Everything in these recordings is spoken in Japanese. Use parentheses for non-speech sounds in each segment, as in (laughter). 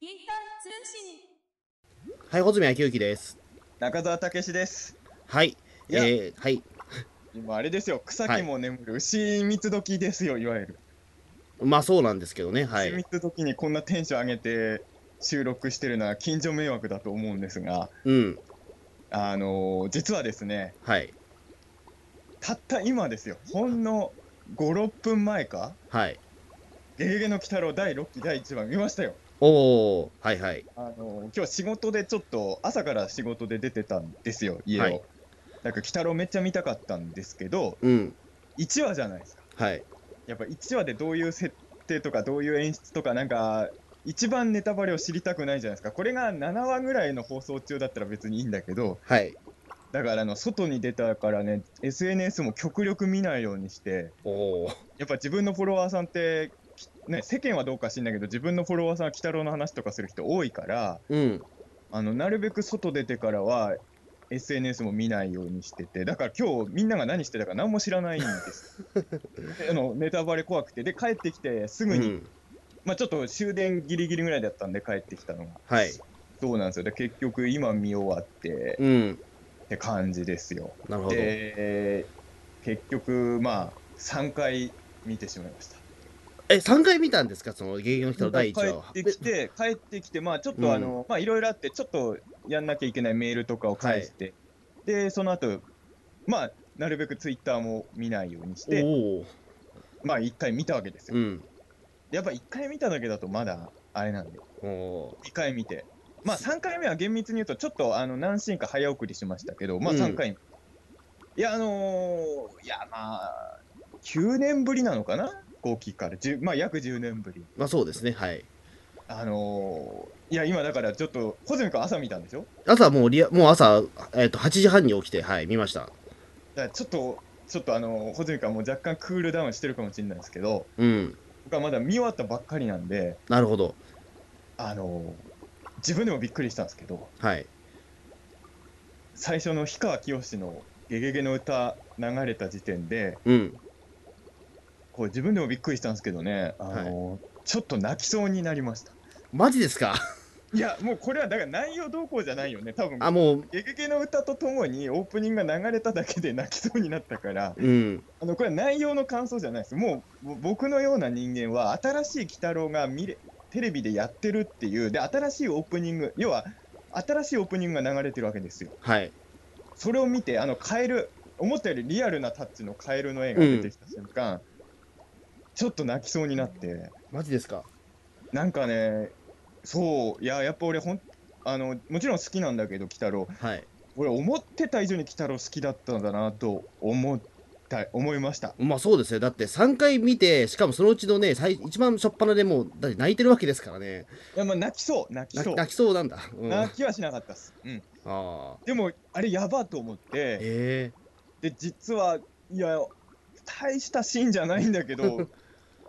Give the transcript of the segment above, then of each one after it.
インター通信はい、穂積昭之です。中澤武史です。はい、いやえー、はい。今あれですよ、草はい木も眠る牛蜜時ですよ、いわゆる。まあそうなんですけどね、は牛い。蜜時にこんなテンション上げて収録してるのは近所迷惑だと思うんですが、うん、あのー実はですね、はい、たった今ですよ、ほんの5、6分前か、はい。ゲゲゲの鬼太郎第6期第1話見ましたよ。おー、はいはい。あのー今日仕事でちょっと、朝から仕事で出てたんですよ、家を。はいなんか鬼太郎めっちゃ見たかったんですけど、うん、 1話じゃないですか。はい。やっぱ1話でどういう設定とかどういう演出とかなんか一番ネタバレを知りたくないじゃないですかこれが7話ぐらいの放送中だったら別にいいんだけどはい。だからあの外に出たからね SNS も極力見ないようにしておー、やっぱ自分のフォロワーさんって、きね、世間はどうか知んないけど自分のフォロワーさんは鬼太郎の話とかする人多いからうん、あのなるべく外出てからは SNS も見ないようにしててだから今日みんなが何してたか何も知らないんですであのネタバレ怖くてで帰ってきてすうぐに、ん、まあ、ちょっと終電ギリギリぐらいだったんで帰ってきたのがはい。そうなんですよで結局今見終わってうん、って感じですよなるほど。で結局まあ3回見てしまいましたえ、3回見たんですかその、ゲゲゲの人の第一帰話を。ってきて帰ってきてまあちょっとあの、まあいろいろあってちょっとやんなきゃいけないメールとかを返して、でその後まあなるべくツイッターも見ないようにしでておー、まあ1回見たわけですよ、うん、やっぱ1回見ただけだとまだあれなんでお2回見て、まあ3回目は厳密に言うと、ちょっとあの何シーンか早送りしましたけど、まあうん3回目。いや、あのーいや、まあ、9年ぶりなのかな、5期から、10まあ約10年ぶり。ー、まあそうですね、はい。あのーいや、今だからちょっと、穂積君、朝見たんでしょ朝もうリア、もう朝、えっ、と、8時半に起きて、はい、見ました。だからちょっと、ちょっとあのー、穂積君はもう若干クールダウンしてるかもしれないですけど、うん、僕はまだ見終わったばっかりなんで、なるほど。あのー自分でもびっくりしたんですけど、はい。最初の氷川きよしのゲゲゲの歌流れた時点で、うん、こう自分でもびっくりしたんですけどね、あのちょっと泣きそうになりました。マジですかいや、もうこれはだから内容どうこうじゃないよね、多分あ、もう、ゲゲゲの歌とともにオープニングが流れただけで泣きそうになったから、うん、あのこれは内容の感想じゃないです。もうぼ僕のような人間は、新しい鬼太郎が見れテレビでやってるっていう、で、新しいオープニング、要は新しいオープニングが流れてるわけですよ。はい。それを見て、あのカエル、思ったよりリアルなタッチのカエルの絵が出てきた瞬間、ちょっと泣きそうになって。マジですかなんかね、そう、いや、やっぱ俺ほん、あの、もちろん好きなんだけど、鬼太郎。はい。俺、思ってた以上に鬼太郎好きだったんだなと思った、思いました。まあそうですね。だって3回見て、しかもそのうちのね、最一番初っ端でもう、だって泣いてるわけですからね。いや、まあ、泣きそう、泣き泣そうき。泣きそうなんだ。うん、あ泣きはしなかったっす。うん。あ。でも、あれ、やばと思って、えで、実は、いや、大したシーンじゃないんだ (laughs) けど、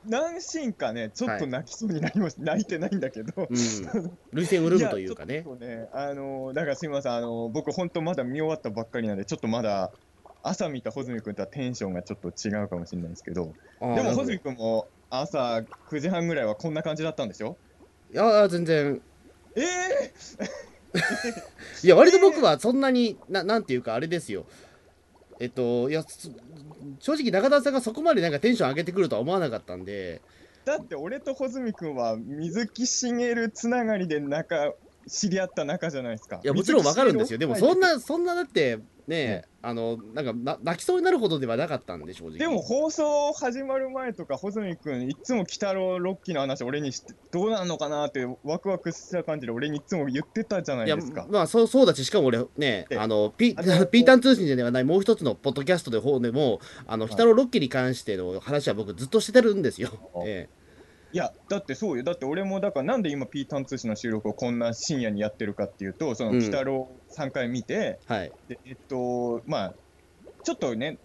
何シーンかね、ちょっと泣きそうになりました。泣いてないんだけど。えうん。涙腺潤むというかやねち。ょっとね、あのーだからすみません、あのー僕、本当まだ見終わったばっかりなんで、ちょっとまだ、朝見た穂積君とはテンションがちょっと違うかもしれないですけど、ででほも穂い積君も朝9時半ぐらいはこんな感じだったんでしょや、全然。ええいや、割と僕はそんなに、ななんていうか、あれですよ。えっと、いや、す正直中田さんがそこまでなんかテンション上げてくるとは思わなかったんで、だって俺と穂積君は水木しげるつながりで仲、知り合った仲じゃないですか。いや、もちろんわかるんですよ。でもそんな。な、そんなだって、ね、あの、なんかな泣きそうになるほどではなかったんで、正直。でも、放送始まる前とか、穂積君、いつも鬼太郎ロッキーの話、俺にして、どうなんのかなって、ワクワクした感じで、俺にいつも言ってたじゃないいやですか。まあそうそうだししかも俺ねええあのピあのピータン通信ではないもう一つのポッドキャストの方でもあのい鬼太郎ロッキーに関しての話は僕ずっとしてるんですよ。あえいや、だってそうよ。だって俺も、だからなんで今、ピータン通信の収録をこんな深夜にやってるかっていうと、その、うん鬼太郎3回見て、えはいで、えっと、まあ、ちょっとね、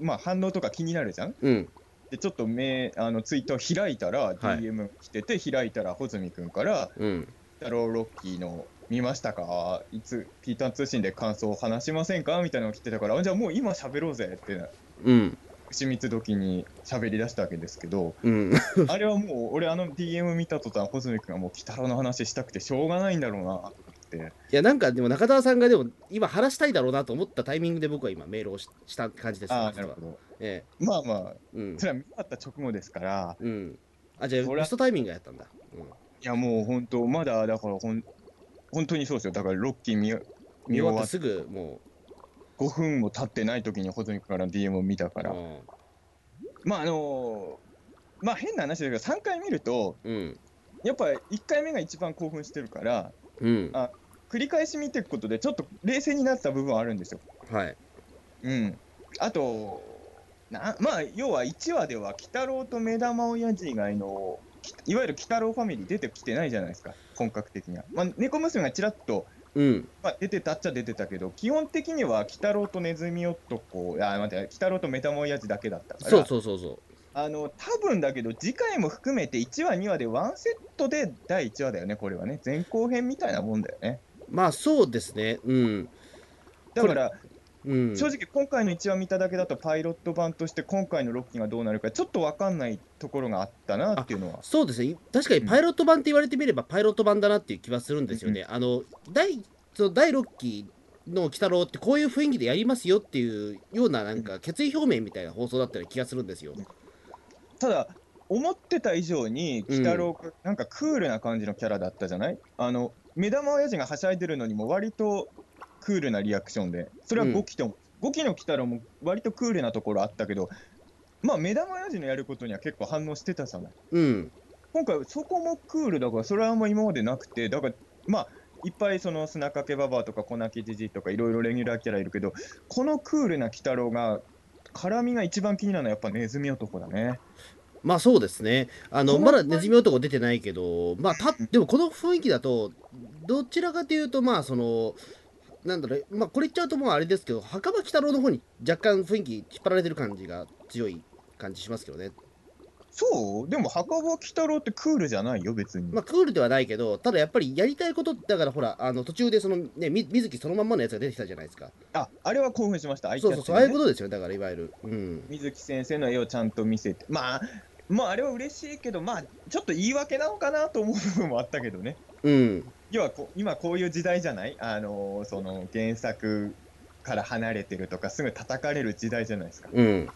まあ、反応とか気になるじゃんうんで、ちょっと目、あの、ツイート開いたら、はい DM 来てて、開いたら、穂積君から、うん鬼太郎ロッキーの、見ましたかいつ、ピータン通信で感想を話しませんかみたいなのが来てたから、あじゃあもう今喋ろうぜってうん串蜜時に喋り出したわけですけ (laughs) ど、うん。あれはもう、俺、あの DM 見た途端、細野君がもう、鬼太郎の話したくてしょうがないんだろうな。いやなんかでも中澤さんがでも今話したいだろうなと思ったタイミングで僕は今メールをしした感じですああ、実なはるほど。えまあまあ、え (laughs) うんそれは見終わった直後ですから、うんあじゃそありゃベストタイミングやったんだ、うん、いやもう本当、まだだからほん、本当にそうですよ、だからロッキー見見見終終わっわてっすぐも5分も経ってない時に、細野君から DM を見たかうら、まああのーまあ変な話だけど、3回見ると、うんやっぱ1回目が一番興奮してるから、うんあ繰り返し見ていくことで、ちょっと冷静になった部分はあるんですよ。はいうん、あとな、まあ、要は1話では、鬼太郎と目玉親父以外の、きいわゆる鬼太郎ファミリー出てきてないじゃないですか、本格的には。まあ、猫娘がちらっと、うんまあ、出てたっちゃ出てたけど、基本的には鬼太郎とネズミ男、あ、待って、鬼太郎と目玉親父だけだったから、そうそうそうそあの多分だけど、次回も含めて1話、2話でワンセットで第1話だよね、これはね、前後編みたいなもんだよね。うまあそうですねうんだから、うん正直今回の1話見ただけだとパイロット版として今回のロッキーがどうなるかちょっと分かんないところがあったなっていうのはそうですね確かにパイロット版って言われてみればパイロット版だなっていう気はするんですよね、あの第その第6期の鬼太郎ってこういう雰囲気でやりますよっていうようななんか決意表明みたいな放送だったような気がするんですよ、ただ思ってた以上に鬼太郎がなんかクールな感じのキャラだったじゃない、あの目玉親父がはしゃいでるのにも割とクールなリアクションでそれはうん5期とも、5期の鬼太郎も割とクールなところあったけどまあ目玉親父のやることには結構反応してたじゃないうん今回そこもクールだからそれはあんま今までなくてだからまあいっぱいその砂かけババアとか粉きじじいとかいろいろレギュラーキャラいるけどこのクールな鬼太郎が絡みが一番気になるのはやっぱネズミ男だねまあそうですね。あの、このまだネズミ男出てないけど、まあた、でもこの雰囲気だと、どちらかというと、まあその、なんだろう、まあこれ言っちゃうともうあれですけど、袴鬼太郎の方に若干雰囲気引っ張られてる感じが強い感じしますけどね。そうでも墓場鬼太郎ってクールじゃないよ別に、まあクールではないけど、ただやっぱりやりたいこと、だからほら、あの途中でそのね、み水木そのまんまのやつが出てきたじゃないですか。ああれは興奮しましたアイキそうャッそうチそう、ああいうでねことですよね、だからいわゆる。うん。水木先生の絵をちゃんと見せてまあまああれは嬉しいけどまあちょっと言い訳なのかなと思う部分もあったけどねうん。要はこう今こういう時代じゃない、あのーその原作から離れてるとかすぐ叩かれる時代じゃないですかうん。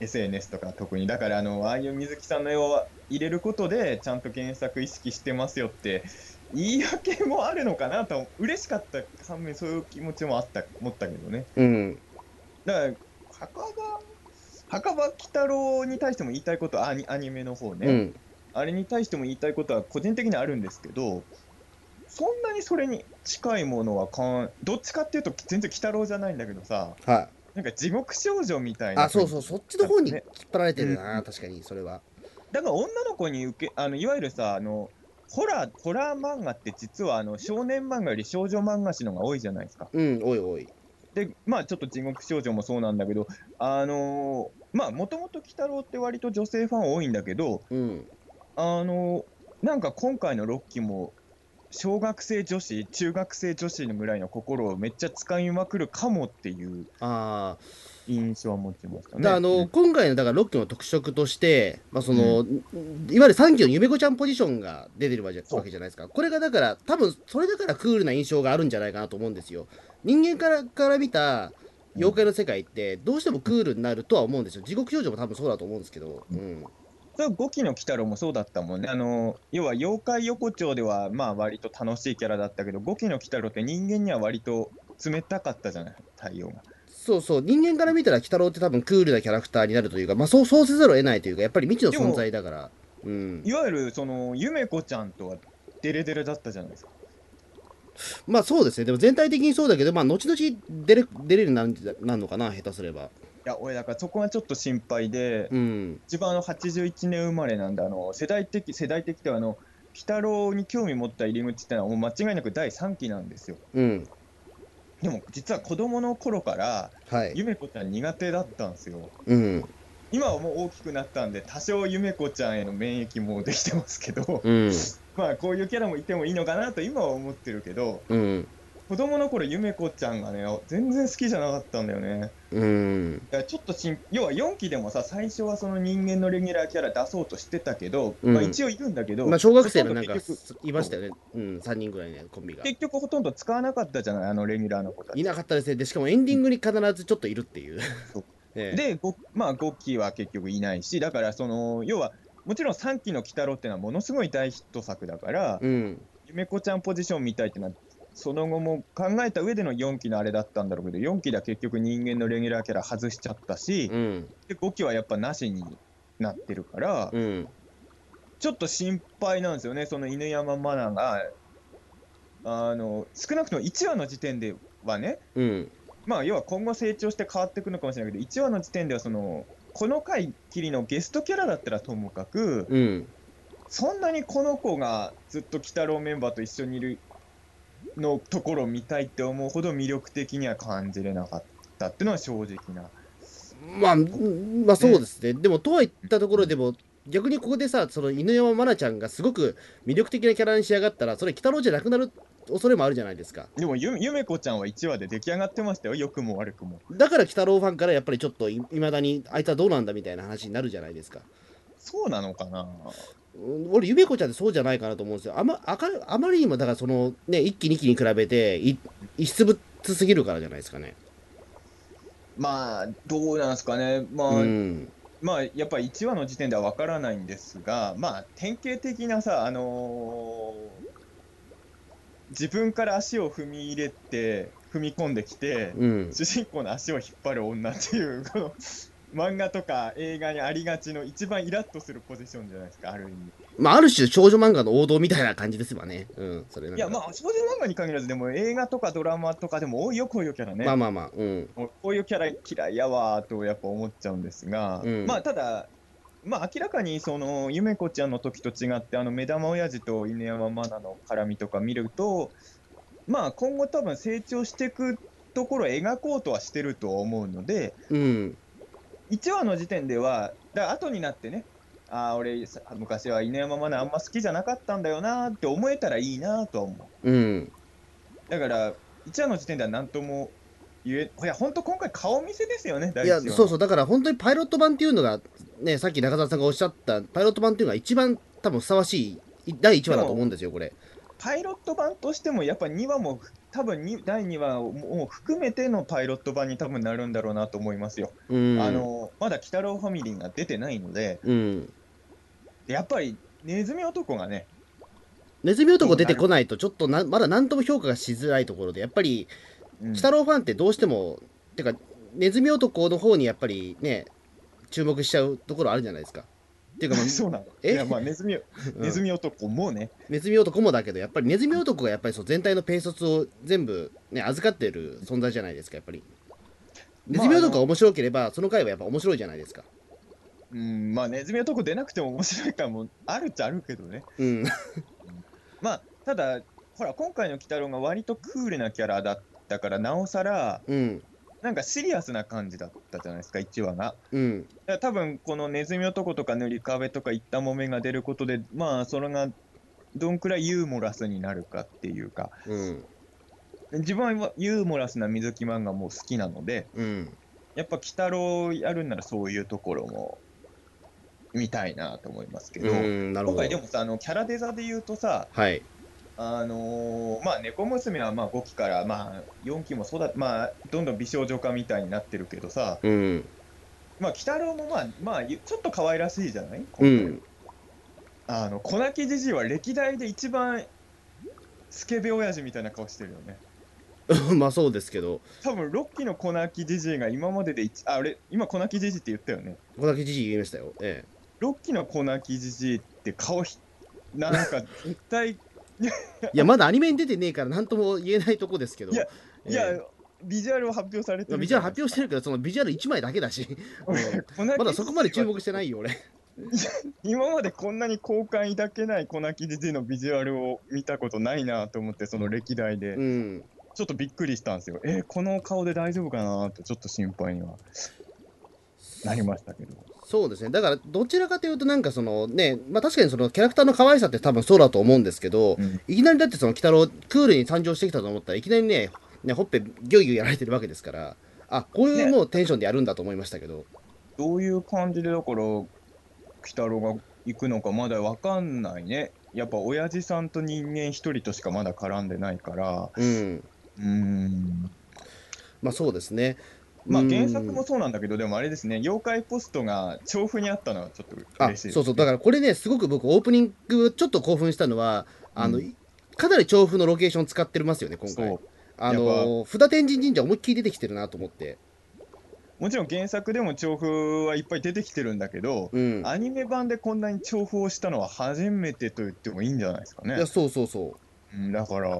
SNS とか特にだからあのああいう水木さんの絵を入れることでちゃんと原作意識してますよって言い訳もあるのかなと嬉しかった反面そういう気持ちもあった思ったけどねうん。だから墓場墓場鬼太郎に対しても言いたいことアニアニメの方ね、うん。あれに対しても言いたいことは個人的にはあるんですけど、そんなにそれに近いものはかん、どっちかっていうと全然鬼太郎じゃないんだけどさ、はい。なんか地獄少女みたいな。あ、そうそう、そっちの方に引っ張られてるうな、確かに、それは。だから女の子に受け、あの、いわゆるさ、あの、ホラー、ホラー漫画って実はあの少年漫画より少女漫画誌の方が多いじゃないですか。うん、おいおい。で、まあちょっと地獄少女もそうなんだけど、あのーまあもともと鬼太郎って割と女性ファン多いんだけど、うん。あのなんか今回のロッキーも小学生女子中学生女子のぐらいの心をめっちゃ使いまくるかもっていうあ印象は持ってましあ、たね。だからあの、うん今回のだから6期の特色として、まあそのいわゆる3期の夢子ちゃんポジションが出てるわけじゃそうわけじゃないですか、これがだから、多分それだからクールな印象があるんじゃないかなと思うんですよ。人間からから見た妖怪の世界って、どうしてもクールになるとは思うんですよ、地獄少女も多分そうだと思うんですけど、うん、それ5期の鬼太郎もそうだったもんね。あの要は妖怪横丁ではまあ割と楽しいキャラだったけど5期の鬼太郎って人間には割と冷たかったじゃない対応が。そうそう、人間から見たら、鬼太郎って多分クールなキャラクターになるというか、まあそうそうせざるを得ないというか、やっぱり未知の存在だから、うん、いわゆるその夢子ちゃんとはデレデレだったじゃないですか。まあそうですね、でも全体的にそうだけど、まあ後々出れ出れるようになるんじゃなんのかな、下手すれば。いや俺だからそこはちょっと心配で。うん一番あの81年生まれなんであの世代的世代的ではあの鬼太郎に興味持った入り口ってのはもう間違いなく第3期なんですようんでも実は子供の頃からはい夢子ちゃん苦手だったんですようん今はもう大きくなったんで多少夢子ちゃんへの免疫もできてますけど (laughs) うんまあこういうキャラもいてもいいのかなと今は思ってるけどうん子供の頃、ゆめこちゃんがね、全然好きじゃなかったんだよね。うんいやちょっとしん要は4期でもさ最初はその人間のレギュラーキャラ出そうとしてたけど、うんまあ、一応いるんだけど、まあ小学生のなんかほとど結局いましたよね、うん、3人ぐらいねコンビが結局ほとんど使わなかったじゃないあのレギュラーの子たいちなかったですねでしかもエンディングに必ずちょっといるっていうそうええで 5,、まあ、5期は結局いないしだからその要はもちろん3期の鬼太郎ってのはものすごい大ヒット作だから、うん夢子ちゃんポジションみたいってのはその後も考えた上での4期のあれだったんだろうけど4期では結局人間のレギュラーキャラ外しちゃったし、うんで5期はやっぱなしになってるから、うんちょっと心配なんですよね、その犬山マナが、あの少なくとも1話の時点ではね、うんまあ、要は今後成長して変わってくるのかもしれないけど、1話の時点ではその、この回きりのゲストキャラだったらともかく、うんそんなにこの子がずっと鬼太郎メンバーと一緒にいるのところを見たいって思うほど魅力的には感じれなかったっていうのは正直な。まあ、うんまあそうですね、でもとはいったところでも逆にここでさその犬山愛菜ちゃんがすごく魅力的なキャラに仕上がったらそれ鬼太郎じゃなくなる恐れもあるじゃないですかでもゆ、ゆめこちゃんは1話で出来上がってましたよ、良くも悪くも。だから鬼太郎ファンからやっぱりちょっといまだにあいつはどうなんだみたいな話になるじゃないですかそうなのかなうん俺ゆめこちゃんってそうじゃないかなと思うんですよあまあかあまりにもだからそのね一期二期に比べてい異質物すぎるからじゃないですかねまあ、どうなんですかね、まあ、うんまあ、やっぱり1話の時点では分からないんですが、まあ、典型的なさ、あのー自分から足を踏み入れて、踏み込んできて、うん主人公の足を引っ張る女っていう、この漫画とか映画にありがちの一番イラッとするポジションじゃないですか、ある意味。まあある種少女漫画の王道みたいな感じですわねうんそれなんいかや、まあ、少女漫画に限らず、でも映画とかドラマとかでも多いよ、こういうキャラね。まあまあまあうんもうこういうキャラ嫌いやわーとやっぱ思っちゃうんですが、うんまあただ、まあ、明らかにそのゆめこちゃんの時と違ってあの目玉親父と犬山マナの絡みとか見ると、まあ、今後多分成長していくところを描こうとはしてると思うのでうん1話の時点ではだから後になってねああ俺さ昔は犬山マナあんま好きじゃなかったんだよなーって思えたらいいなーとは思う。うんだから1話の時点では何とも言えいや本当今回顔見せですよね第い一や話そうそうだから本当にパイロット版っていうのがねさっき中澤さんがおっしゃったパイロット版っていうのが一番多分ふさわしいい第1話だと思うんですよこれパイロット版としてもやっぱ2話も多分に第2話をもう含めてのパイロット版に多分なるんだろうなと思いますよ。うんあのまだ鬼太郎ファミリーが出てないのでうんやっぱりネズミ男がねネズミ男出てこないとちょっとなまだ何とも評価がしづらいところでやっぱりうん鬼太郎ファンってどうしてもてかネズミ男の方にやっぱりね注目しちゃうところあるじゃないですかっていうか、まあ (laughs) そうなのえいやまあネズミうんネズミ男もね、ネズミ男もだけどやっぱりネズミ男がやっぱりそう全体のペーソツを全部ね預かってる存在じゃないですかやっぱりネズミ男が面白ければその回はやっぱ面白いじゃないですかうんまあネズミ男出なくても面白いかもあるっちゃあるけどね (laughs) うんまあただほら今回の鬼太郎が割とクールなキャラだったからなおさらうんなんかシリアスな感じだったじゃないですか1話が。うんいや多分このネズミ男とか塗り壁とかいったもめが出ることでまあそれがどんくらいユーモラスになるかっていうかうん自分はユーモラスな水木漫画も好きなのでうんやっぱ鬼太郎やるんならそういうところも見たいなと思いますけど、うんなるほ今ど回でもさあのキャラデザで言うとさはいあのーまあ猫娘はまあ5期からまあ4期もそうだまあどんどん美少女化みたいになってるけどさうんまあ鬼太郎もまあまあちょっと可愛らしいじゃないう今回んあの小泣きじじいは歴代で一番スケベ親父みたいな顔してるよね (laughs) まあそうですけど多分6期の小泣きじじいが今までで一あ俺今小泣きじじいって言ったよねここだけじじい言いましたよえ6期の小泣きじじいって顔ひなんか絶対 (laughs) えいやまだアニメに出てねえから何とも言えないとこですけどいやええいや、ビジュアルを発表されてまあるビジュアル発表してるけどそのビジュアル1枚だけだ (laughs) し表まだそこまで注目してないよ俺 (laughs) 今までこんなに好感抱けない小泣きじじいのビジュアルを見たことないなと思ってその歴代で、うんちょっとびっくりしたんですよえーこの顔で大丈夫かなってちょっと心配にはなりましたけどそうですねだからどちらかというとなんかそのね、まあ、確かにそのキャラクターの可愛さって多分そうだと思うんですけど、うんいきなりだってその鬼太郎クールに誕生してきたと思ったらいきなりねねほっぺギョギョやられてるわけですからあこういうねもうテンションでやるんだと思いましたけど、どういう感じでだから鬼太郎が行くのかまだわかんないねやっぱ親父さんと人間一人としかまだ絡んでないからうんうーんまあそうですねまあうん原作もそうなんだけどでもあれですね妖怪ポストが調布にあったのはちょっと嬉しいあです、そうそうだからこれねすごく僕オープニングちょっと興奮したのはあの、うかなり調布のロケーション使ってますよね今そ回うあやの札天神神社思いっきり出てきてるなと思ってもちろん原作でも調布はいっぱい出てきてるんだけど、うんアニメ版でこんなに調布をしたのは初めてと言ってもいいんじゃないですかいねや。そうそうそううんだから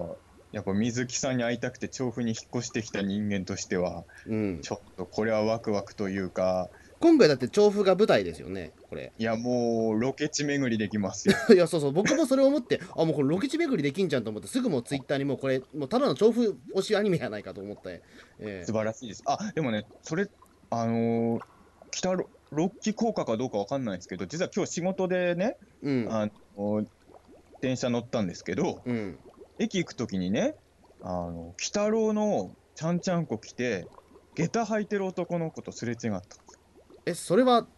やっぱ水木さんに会いたくて調布に引っ越してきた人間としてはうん、ちょっとこれはワクワクというか今回だって調布が舞台ですよねこれいやもうロケ地巡りできますよ。 (laughs) いやそうそう僕もそれを思ってあもうこれロケ地巡りできんじゃんと思ってすぐもうツイッターにもうこれもうただの調布推しアニメやないかと思って、え素晴らしいです。あでもねそれあのー北ロロッキ効果かどうかわかんないですけど実は今日仕事でね、えうんあのー電車乗ったんですけど、うん駅行くときにね、あの、鬼太郎のちゃんちゃんこ着て、下駄履いてる男の子とすれ違ったんですよ。えそれは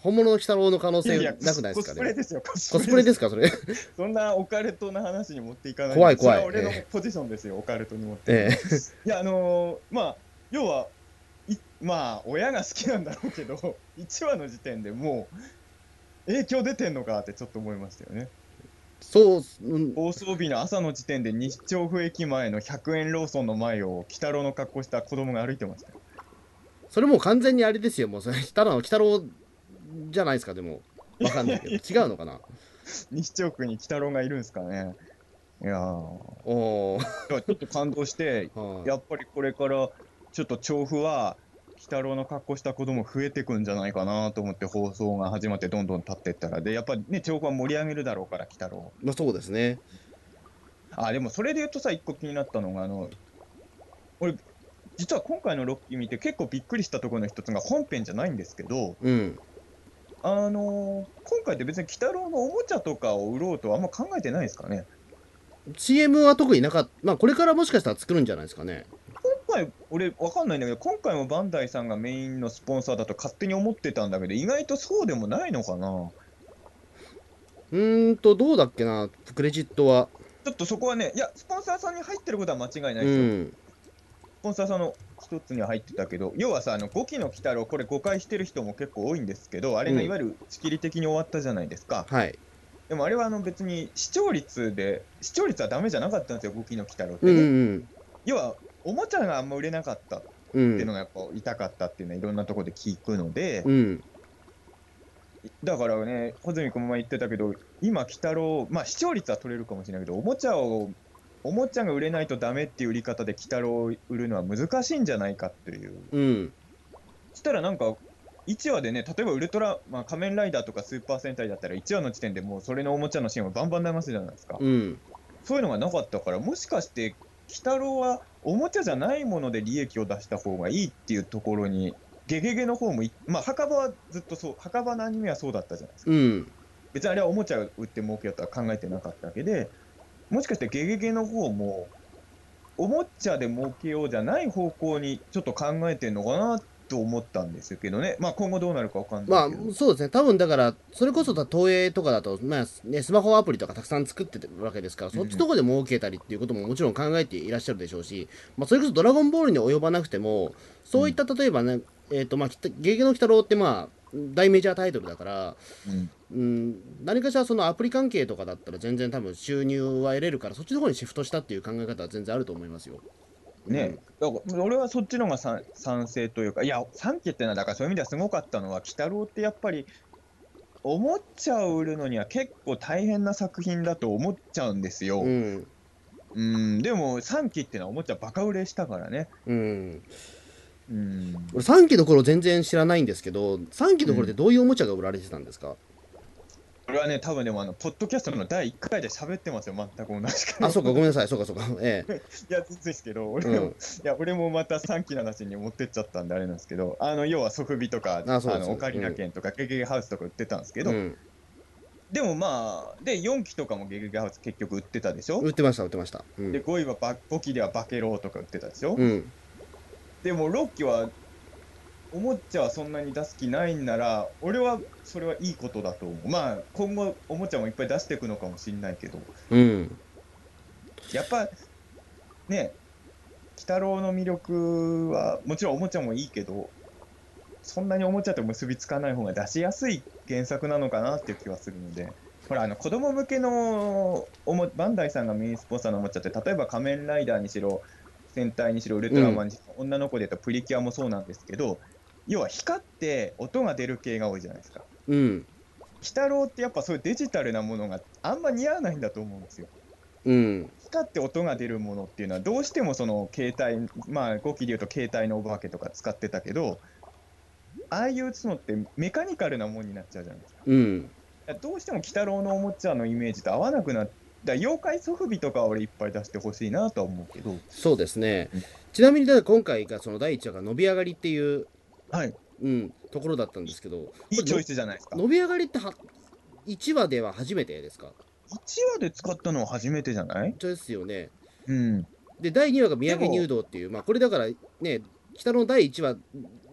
本物の鬼太郎の可能性いやなくないですコかスプレねですよ、コス。コスプレですすかそれそんなオカルトな話に持っていかない。怖い怖いそれは俺えのポジションですよ、オカルトに持って。ええいや、あのーまあ、要は、いまあ、親が好きなんだろうけど、1話の (laughs) 時点でもう、影響出てんのかってちょっと思いましたよね。そう、うん、放送日の朝の時点で西調布駅前の100円ローソンの前を、鬼太郎の格好した子供が歩いてましたよそれもう完全にあれですよもうそれただの鬼太郎じゃないですかでもわかんないけど (laughs) 違うのかな西町区に鬼太郎がいるんですかね。いやー、おーいやちょっと感動して、はいやっぱりこれからちょっと調布は、鬼太郎の格好した子供増えてくんじゃないかなと思って放送が始まってどんどん経ってったら、で、やっぱりね、調布は盛り上げるだろうから、鬼太郎。まあそうですねあ、でもそれで言うとさ、一個気になったのが、あの、俺、実は今回のロッキー見て結構びっくりしたところの一つが本編じゃないんですけど、うんあのー今回って別に鬼太郎のおもちゃとかを売ろうとはあんま考えてないですかね。 CM は特になかったまあこれからもしかしたら作るんじゃないですかね今回、俺、わかんないんだけど、今回もバンダイさんがメインのスポンサーだと勝手に思ってたんだけど、意外とそうでもないのかな。うーんとどうだっけなクレジットはちょっとそこはね、いや、スポンサーさんに入ってることは間違いないうですよ。んスポンサーさんの一つには入ってたけど、要はさ、あの5期の鬼太郎、これ誤解してる人も結構多いんですけど、あれがうんいわゆる仕切り的に終わったじゃないですか。はいでもあれはあの別に視聴率で、視聴率はダメじゃなかったんですよ、5期の鬼太郎ってうね、んうん要は、おもちゃがあんま売れなかったってういうんのがやっぱ痛かったっていうのはいろんなところで聞くので、うんだからね、穂積君も言ってたけど、今、鬼太郎、まあ、視聴率は取れるかもしれないけど、おもちゃを、おもちゃが売れないとダメっていう売り方で、鬼太郎を売るのは難しいんじゃないかっていう。うんそしたらなんか、1話でね、例えばウルトラ、まあ、仮面ライダーとかスーパー戦隊だったら、1話の時点でもうそれのおもちゃのシーンはバンバン流すじゃないですか。うんそういうのがなかったから、もしかして、鬼太郎はおもちゃじゃないもので利益を出した方がいいっていうところに、ゲゲゲの方もい、まあ、墓場はずっとそう、墓場のアニメはそうだったじゃないですか。うん別にあれはおもちゃ売って儲けようとは考えてなかったわけで、もしかしてゲゲゲの方も、おもちゃで儲けようじゃない方向にちょっと考えてるのかなと思ったんですけどね、まあ今後どうなるかわかんなまいあけど、そうですね、多分だから、それこそだ東映とかだと、まあね、スマホアプリとかたくさん作ってるわけですから、そっちの方で儲けたりっていうことももちろん考えていらっしゃるでしょうし、まあ、それこそドラゴンボールに及ばなくても、そういった例えばね、えっとまあ、きたゲゲゲの鬼太郎って、まあ、大メジャータイトルだから、うんうん、何かしらそのアプリ関係とかだったら、全然多分収入は得れるから、そっちの方にシフトしたっていう考え方は全然あると思いますよ。ね、だから俺はそっちの方が賛賛成というか、いや、3期ってのは、だからそういう意味ではすごかったのは、鬼太郎ってやっぱり、おもちゃを売るのには結構大変な作品だと思っちゃうんですよ。うん、うんうん、でも3期ってのはおもちゃバカ売れしたからね。うん、うん俺3期の頃全然知らないんですけど3期の頃ってどういうおもちゃが売られてたんですか、あれはね、多分でもあの、ポッドキャストの第1回で喋ってますよ、全く同じくらい。あ、そうか、ごめんなさい、そうか、そうか、え (laughs) え。いや、全然ですけど、俺うも、いん、や、俺もまた3期の話に持ってっちゃったんで、あれなんですけど、あの、要は、ソフビとか、あそうですの、オカリナ券とか、ゲゲゲハウスとか売ってたんですけど、うん、でもまあ、で、4期とかもゲゲゲハウス結局売ってたでしょ売ってました、売ってました。うで、ん、 5位はバ、5期ではバケローとか売ってたでしょ、うん、でも、6期は、おもちゃはそんなに出す気ないんなら、俺はそれはいいことだと思う。まあ、今後、おもちゃもいっぱい出していくのかもしんないけど、うん、やっぱね鬼太郎の魅力はもちろんおもちゃもいいけどそんなにおもちゃと結びつかない方が出しやすい原作なのかなっていう気はするのでほらあの子供向けのおもバンダイさんがメインスポンサーのおもちゃって例えば仮面ライダーにしろ戦隊にしろウルトラマンにしろ、女の子で言うとプリキュアもそうなんですけど要は光って音が出る系が多いじゃないですかうん、鬼太郎ってやっぱそういうデジタルなものがあんま似合わないんだと思うんですようん、光って音が出るものっていうのはどうしてもその携帯まあ5機で言うと携帯のお化けとか使ってたけどああいうのってメカニカルなもんになっちゃうじゃないですかうん、だからどうしても鬼太郎のおもちゃのイメージと合わなくなって妖怪ソフビとかは俺いっぱい出してほしいなとは思うけどそうですねうん。ちなみに、だから今回がその第一話が伸び上がりっていう、はいうん、ところだったんですけど、いいチョイスじゃないですか1伸び上がりっては1話では初めてですか話で使ったのは初めてじゃないそうですよね。うんで、第2話が宮城入道っていう、まあ、これだからね、北の第1話、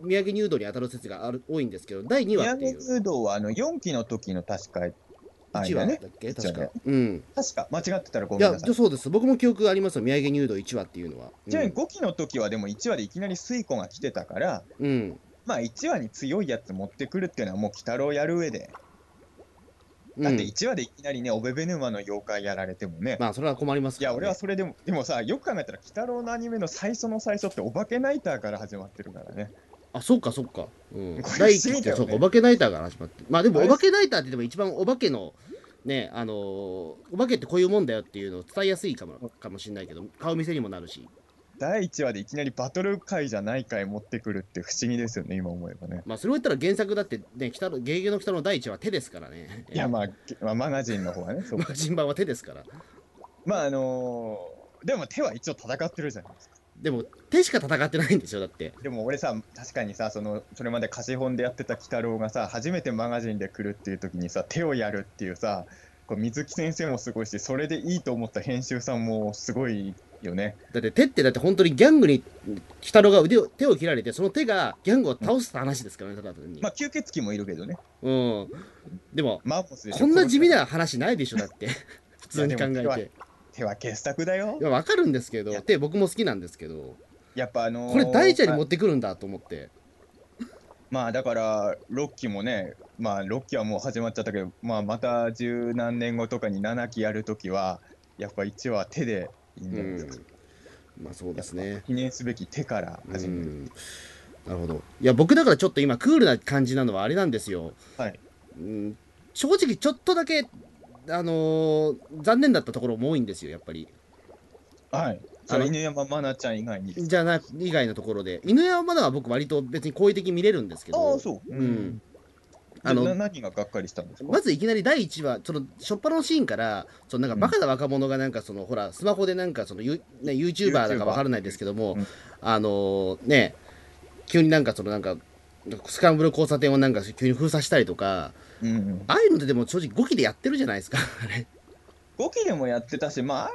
宮城入道に当たる説がある多いんですけど、第2話宮っていう城、柔道はあの4期の時の確かあれ1だ話ねだっけ、一確話かね。うん。確か間違ってたらごいめんや、なさいそうです。僕も記憶がありますよ、宮城入道1話っていうのは。うんちなみに5期の時はでも1話でいきなり水子が来てたからうん。まあ1話に強いやつ持ってくるっていうのはもう鬼太郎やる上で、うんだって1話でいきなりね、オベベヌマの妖怪やられてもね、まあ、それは困りますいかやらね俺はそれでも、でもさ、よく考えたら、鬼太郎のアニメの最初の最初って、お化けナイターから始まってるからね、あ、そっかそっか。うんこれ。第一不思期っ議だて、よそねうか、お化けナイターから始まって。まあでも、あおれ化けナイターってでも一番お化けの、ね、あのーお化けってこういうもんだよっていうのを伝えやすいかもかもしれないけど、顔見せにもなるし。第1話でいきなりバトル回じゃない回持ってくるって不思議ですよね、今思えばね。まあ、それを言ったら原作だって、ね、北の、ゲゲゲの北の第一話は手ですからね。いや、まあ、けまあ、マガジンの方はね、そ (laughs) うまあ、人版は手ですから。まあ、あのーでも手は一応戦ってるじゃないですか。でも、手しか戦ってないんでしょ、だって。でも俺さ、確かにさ、そのそれまで貸本でやってた鬼太郎がさ、初めてマガジンで来るっていう時にさ、手をやるっていうさ、こう水木先生もすごいし、それでいいと思った編集さんもすごいよね。だって手って、だって本当にギャングに、北野が腕を、手を切られて、その手がギャングを倒す話ですからね、ただ単に。まあ、吸血鬼もいるけどね、うん。でも、マンモスでしょこんな地味な話ないでしょ、だ (laughs) って。普通に考いやえでも手はて。手は傑作だよい。やわかるんですけどいやで僕も好きなんですけどやっぱあのーこれ大ちゃんに持ってくるんだと思ってまあだから、6期もね、まあ6期はもう始まっちゃったけど、まあまた十何年後とかに7期やるときは、やっぱ1話手でいいんうじゃないんですか。まあそうですね記念すべき手からう始める。んなるほどいや僕だからちょっと今クールな感じなのはあれなんですよ、はいうん、正直ちょっとだけあのー残念だったところも多いんですよやっぱりはい。あのそう犬山愛菜ちゃん以外にです。じゃな以外のところで犬山まだは僕割と別に好意的に見れるんですけどああ、そう。うんうん。ああのの何ががっかりしたんですかまずいきなり第1話、その初っ端のシーンから、そのなんかバカな若者がなんかその、ほら、スマホでなんかその、ユね、YouTuber だかわからないですけども、うんあのーね、急になんかそのなんか、スクランブル交差点をなんか急に封鎖したりとか、うんうん。ああいうのってでも正直5期でやってるじゃないですか、あれ。 5期でもやってたし、まあ、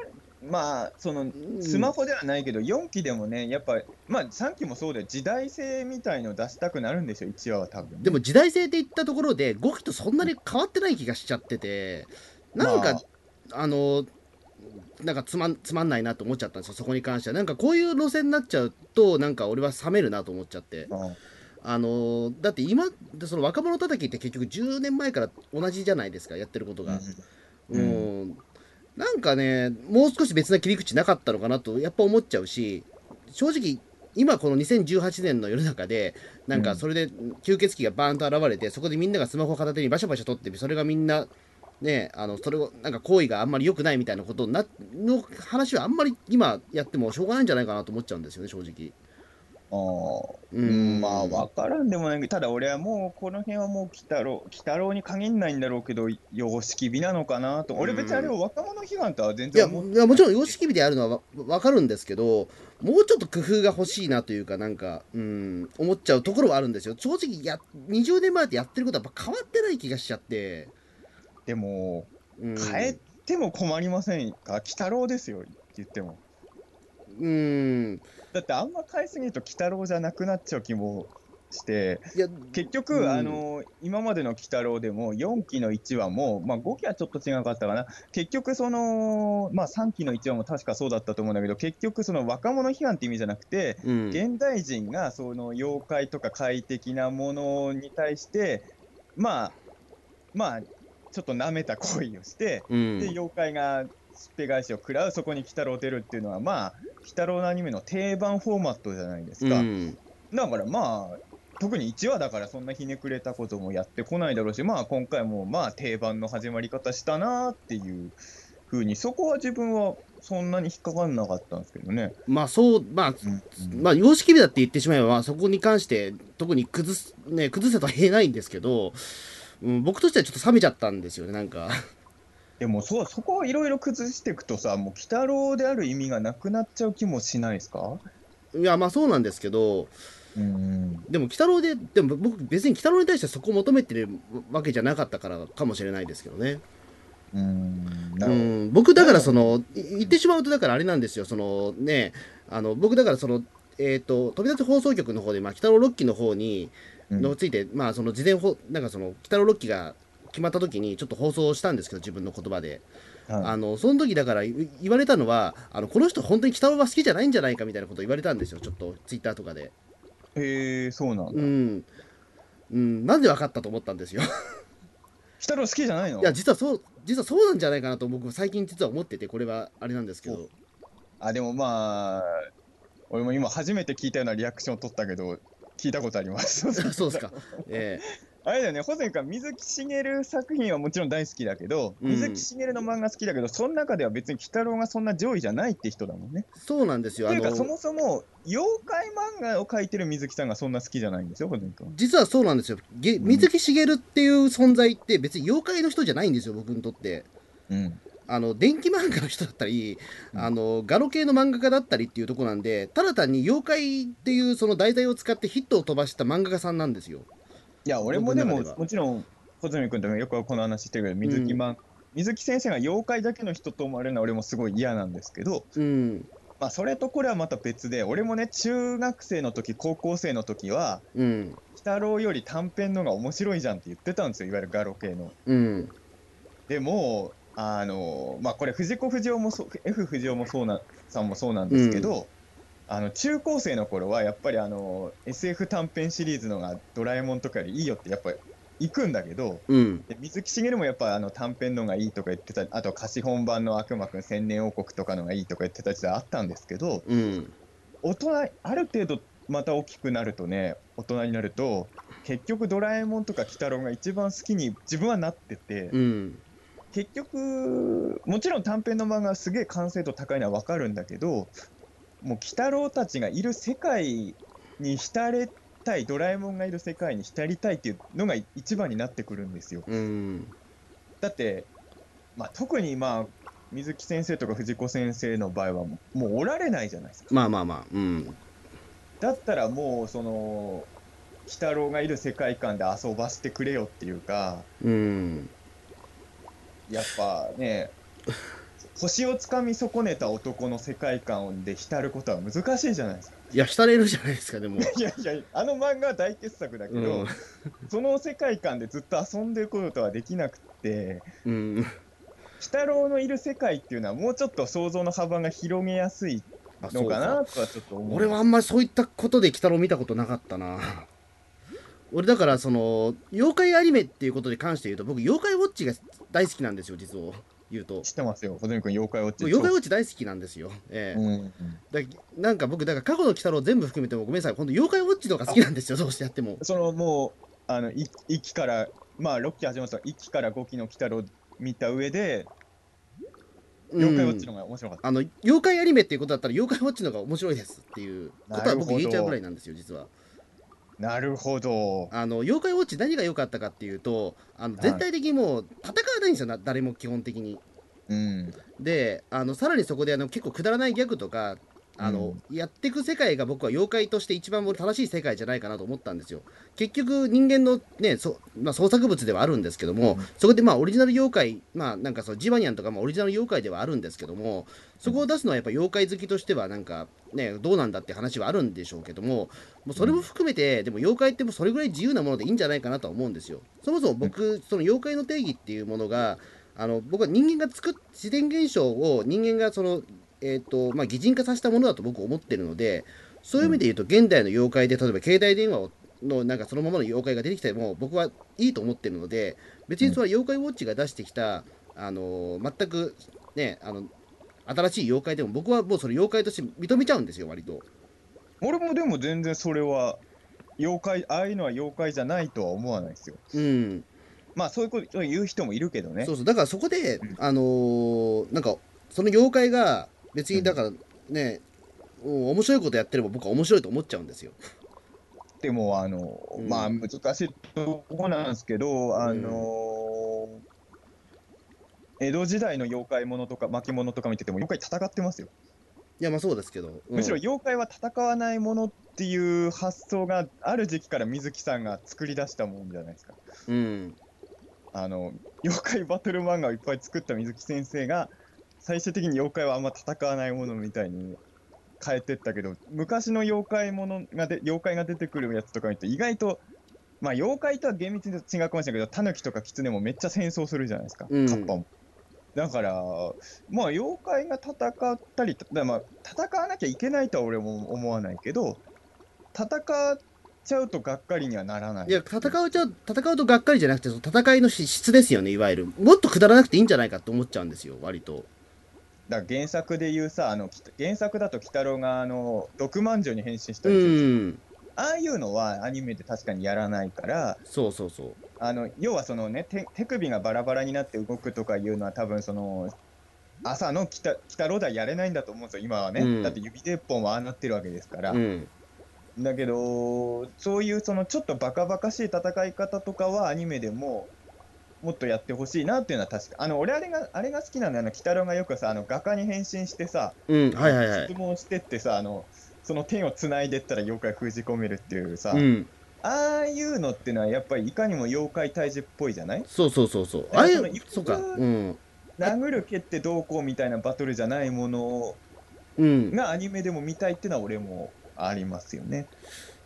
まあ、その、スマホではないけど、4期でもね、やっぱ、まあ、3期もそうで、時代性みたいの出したくなるんでしょ、1話は多分。でも時代性って言ったところで、5期とそんなに変わってない気がしちゃってて、なんか、あのーなんかつまんつまんないなと思っちゃったんですよ、そこに関しては。なんかこういう路線になっちゃうと、なんか俺は冷めるなと思っちゃって。まあ、うんあのーだって今でその若者叩きって結局10年前から同じじゃないですかやってることが、ううんんなんかねもう少し別な切り口なかったのかなとやっぱ思っちゃうし正直今この2018年の世の中でなんうかんそれで吸血鬼がバーンと現れてそこでみんながスマホ片手にバシャバシャ撮ってそれがみんなねあのそれをなんか行為があんまり良くないみたいなことになの話はあんまり今やってもしょうがないんじゃないかなと思っちゃうんですよね正直。あううん、まあ分からんでもないけど、ただ俺はもうこの辺はもう鬼太郎、鬼太郎に限んないんだろうけど、様式美なのかなと、俺別にあれを若者悲願とは全いや然思っいやもちろん様式美であるのはわわかるんですけどもうちょっと工夫が欲しいなというかなんかうん思っちゃうところはあるんですよ正直や20年前とやってることはやっぱ変わってない気がしちゃって、ても、うん、変えても困りませんか、鬼太郎ですよ、言っても。うんだってあんま変えすぎると鬼太郎じゃなくなっちゃう気もして、いやう結局、んあの今までの鬼太郎でも4期の1話も、まあ、5期はちょっと違かったかな結局その、まあ、3期の1話も確かそうだったと思うんだけど結局その若者批判って意味じゃなくてうん現代人がその妖怪とか怪的なものに対してまあまあちょっと舐めた行為をしてうんで妖怪がしっぺ返しを食らうそこに鬼太郎出るっていうのはまあ鬼太郎のアニメの定番フォーマットじゃないですか。うんだからまあ特に1話だからそんなひねくれたこともやってこないだろうしまあ今回もまあ定番の始まり方したなっていう風にそこは自分はそんなに引っかかんなかったんですけどね。まあそうまあうんまあ様式美だって言ってしまえば、まあ、そこに関して特に崩すね崩せとは言えないんですけど、うん、僕としてはちょっと冷めちゃったんですよねなんかでもそうそこをいろいろ崩していくとさもう鬼太郎である意味がなくなっちゃう気もしないですかいやまあそうなんですけどうんでも、鬼太郎で、でも僕、別に鬼太郎に対してそこを求めてるわけじゃなかったからかもしれないですけどね。うんなうるほどん、僕、だから、その、い言ってしまうと、だからあれなんですよ、そのね、あの僕、だから、その、えー、と飛び立つ放送局の方で、まあ、鬼太郎6期の方に、うんのついて、まあ、その事前ほ、なんかその、鬼太郎6期が決まった時に、ちょっと放送したんですけど、自分の言葉で。はいあのその時だからい言われたのはあの、この人、本当に鬼太郎は好きじゃないんじゃないかみたいなことを言われたんですよ、ちょっとツイッターとかで。へえそうなんだう鬼ん、うん、なんで分かったと思ったんですよ。太郎好きじゃないのいや実はそう実はそうなんじゃないかなと僕最近実は思っててこれはあれなんですけどあでもまあ俺も今初めて聞いたようなリアクションを取ったけど聞いたことありま (laughs) (laughs) すそうですかえあれだよね保全君は水木しげる作品はもちろん大好きだけど、うん水木しげるの漫画好きだけどその中では別に鬼太郎がそんな上位じゃないって人だもんねえそうなんですよとあいうかそのもそも妖怪漫画を描いてる水木さんがそんな好きじゃないんですよ保全君実はそうなんですよげ水木しげるっていう存在って別に妖怪の人じゃないんですよ僕にとってうんあの電気漫画の人だったりうんあのガロ系の漫画家だったりっていうとこなんでただ単に妖怪っていうその題材を使ってヒットを飛ばした漫画家さんなんですよいや俺もで僕のも中ではもちろん保全君ともよくこの話してるけど水木,、漫水木先生が妖怪だけの人と思われるのは俺もすごい嫌なんですけど、うんまあ、それとこれはまた別で俺もね中学生の時高校生の時はうん「鬼太郎より短編のが面白いじゃん」って言ってたんですよいわゆるガロ系の。うんでもあのまあこれ藤子不二雄もそう F 不二雄もそうなさんもそうなんですけど、あの中高生の頃はやっぱりあの SF 短編シリーズのが「ドラえもん」とかよりいいよってやっぱり行くんだけど。うんで水木しげるもやっぱあの短編のがいいとか言ってたあと貸本版の悪魔くん千年王国とかのがいいとか言ってた時代あったんですけど、うん大人ある程度また大きくなるとね大人になると結局ドラえもんとか鬼太郎が一番好きに自分はなってて、うん結局もちろん短編の漫画はすげえ完成度高いのは分かるんだけどもう鬼太郎たちがいる世界に浸れたいドラえもんがいる世界に浸りたいっていうのが一番になってくるんですよ。うんだって、まあ、特にまあ水木先生とか藤子先生の場合はもうもうおられないじゃないですか。まあまあまあうんだったらもうその鬼太郎がいる世界観で遊ばせてくれよっていうかうんやっぱね星をつかみ損ねた男の世界観で浸ることは難しいじゃないですか。 (laughs) いや、浸れるじゃないですか、でも。いやいやあの漫画は大傑作だけうど、ん。その世界観でずっと遊んでいくことはできなくてうん、鬼太郎のいる世界っていうのはもうちょっと想像の幅が広げやすいあ、そのうかか。なとはちょっと思う。俺はあんまりそういったことで、鬼太郎見たことなかったな。俺、だから、その、妖怪アニメっていうことに関して言うと、僕、妖怪ウォッチが大好きなんですよ、実を言うと。知ってますよ、小泉君、妖怪ウォッチ。妖怪ウォッチ大好きなんですよ。ええうんうんだなんか僕、だから過去の鬼太郎全部含めてもごめんなさい、本当妖怪ウォッチとか好きなんですよ、どうしてやっても。そのもうあのい一期からまあ6期始まった1期から5期の鬼太郎見た上で妖怪ウォッチの方が面白かっあの妖怪アニメっていうことだったら妖怪ウォッチの方が面白いですっていうことは僕言えちゃうぐらいなんですよ実はた。なるほど。あの妖怪ウォッチ何が良かったかっていうとあの全体的にもう戦わないんですよな誰も基本的にうん。であのさらにそこであの結構くだらないギャグとかあの、やっていく世界が僕は妖怪として一番俺正しい世界じゃないかなと思ったんですよ結局人間のねそ、まあ、創作物ではあるんですけども、うんそこでまあオリジナル妖怪まあなんかそのジバニャンとかもオリジナル妖怪ではあるんですけどもそこを出すのはやっぱ妖怪好きとしてはなんかねどうなんだって話はあるんでしょうけどももうそれも含めてでも妖怪ってもうそれぐらい自由なものでいいんじゃないかなとは思うんですよそもそも僕その妖怪の定義っていうものがあの僕は人間が作っ自然現象を人間がその、えーとまあ、擬人化させたものだと僕思ってるのでそういう意味で言うと現代の妖怪で例えば携帯電話をのなんかそのままの妖怪が出てきても僕はいいと思ってるので別にそれは妖怪ウォッチが出してきた、あのー全くねあの新しい妖怪でも僕はもうそれ妖怪として認めちゃうんですよ割と。俺もでも全然それは妖怪ああいうのは妖怪じゃないとは思わないですよ。うんまあそういうこと言う人もいるけどねそ。うそうだからそこで、あのーなんかその妖怪が別にだからね、うん面白いことやってれば僕は面白いと思っちゃうんですよ。でもあの、うんまあ難しいとこなんですけど、あの江戸時代の妖怪ものとか巻物とか見てても妖怪戦ってますよ。いやまあそうですけど、うんむしろ妖怪は戦わないものっていう発想がある時期から水木さんが作り出したもんじゃないですか。うんあの妖怪バトル漫画をいっぱい作った水木先生が最終的に妖怪はあんま戦わないものみたいに変えてったけど昔の妖怪ものがで妖怪が出てくるやつとか見ると意外と。まあ妖怪とは厳密に違うかもしれないけど、タヌキとかキツネもめっちゃ戦争するじゃないですか、うんカッパも。だから、まあ妖怪が戦ったり、だまあ戦わなきゃいけないとは俺も思わないけど、戦っちゃうとがっかりにはならない。いや戦うじゃ戦うとがっかりじゃなくてその戦いのし質ですよねいわゆるもっとくだらなくていいんじゃないかって思っちゃうんですよ割と。だから原作で言うさあのき原作だと鬼太郎があの毒まんじゅうに変身したうりするんああいうのはアニメで確かにやらないからそうそうそう。あの要はそのね手手首がバラバラになって動くとかいうのは多分その朝の鬼太鬼太郎ではやれないんだと思うんですよ今はね、うんだって指鉄砲もああなってるわけですから、うんだけどそういうそのちょっとバカバカしい戦い方とかはアニメでももっとやってほしいなっていうのは確かあの俺あれがあれが好きなのよあの鬼太郎がよくさあの画家に変身してさうんはいはいはい質。問してってさあのその点をつないでったら妖怪封じ込めるっていうさ、うんああいうのってのはやっぱりいかにも妖怪退治っぽいじゃないそうそうそうそう。だあかられその一そうかうん殴る蹴ってどうこうみたいなバトルじゃないものうん。がアニメでも見たいってのは俺もありますよね。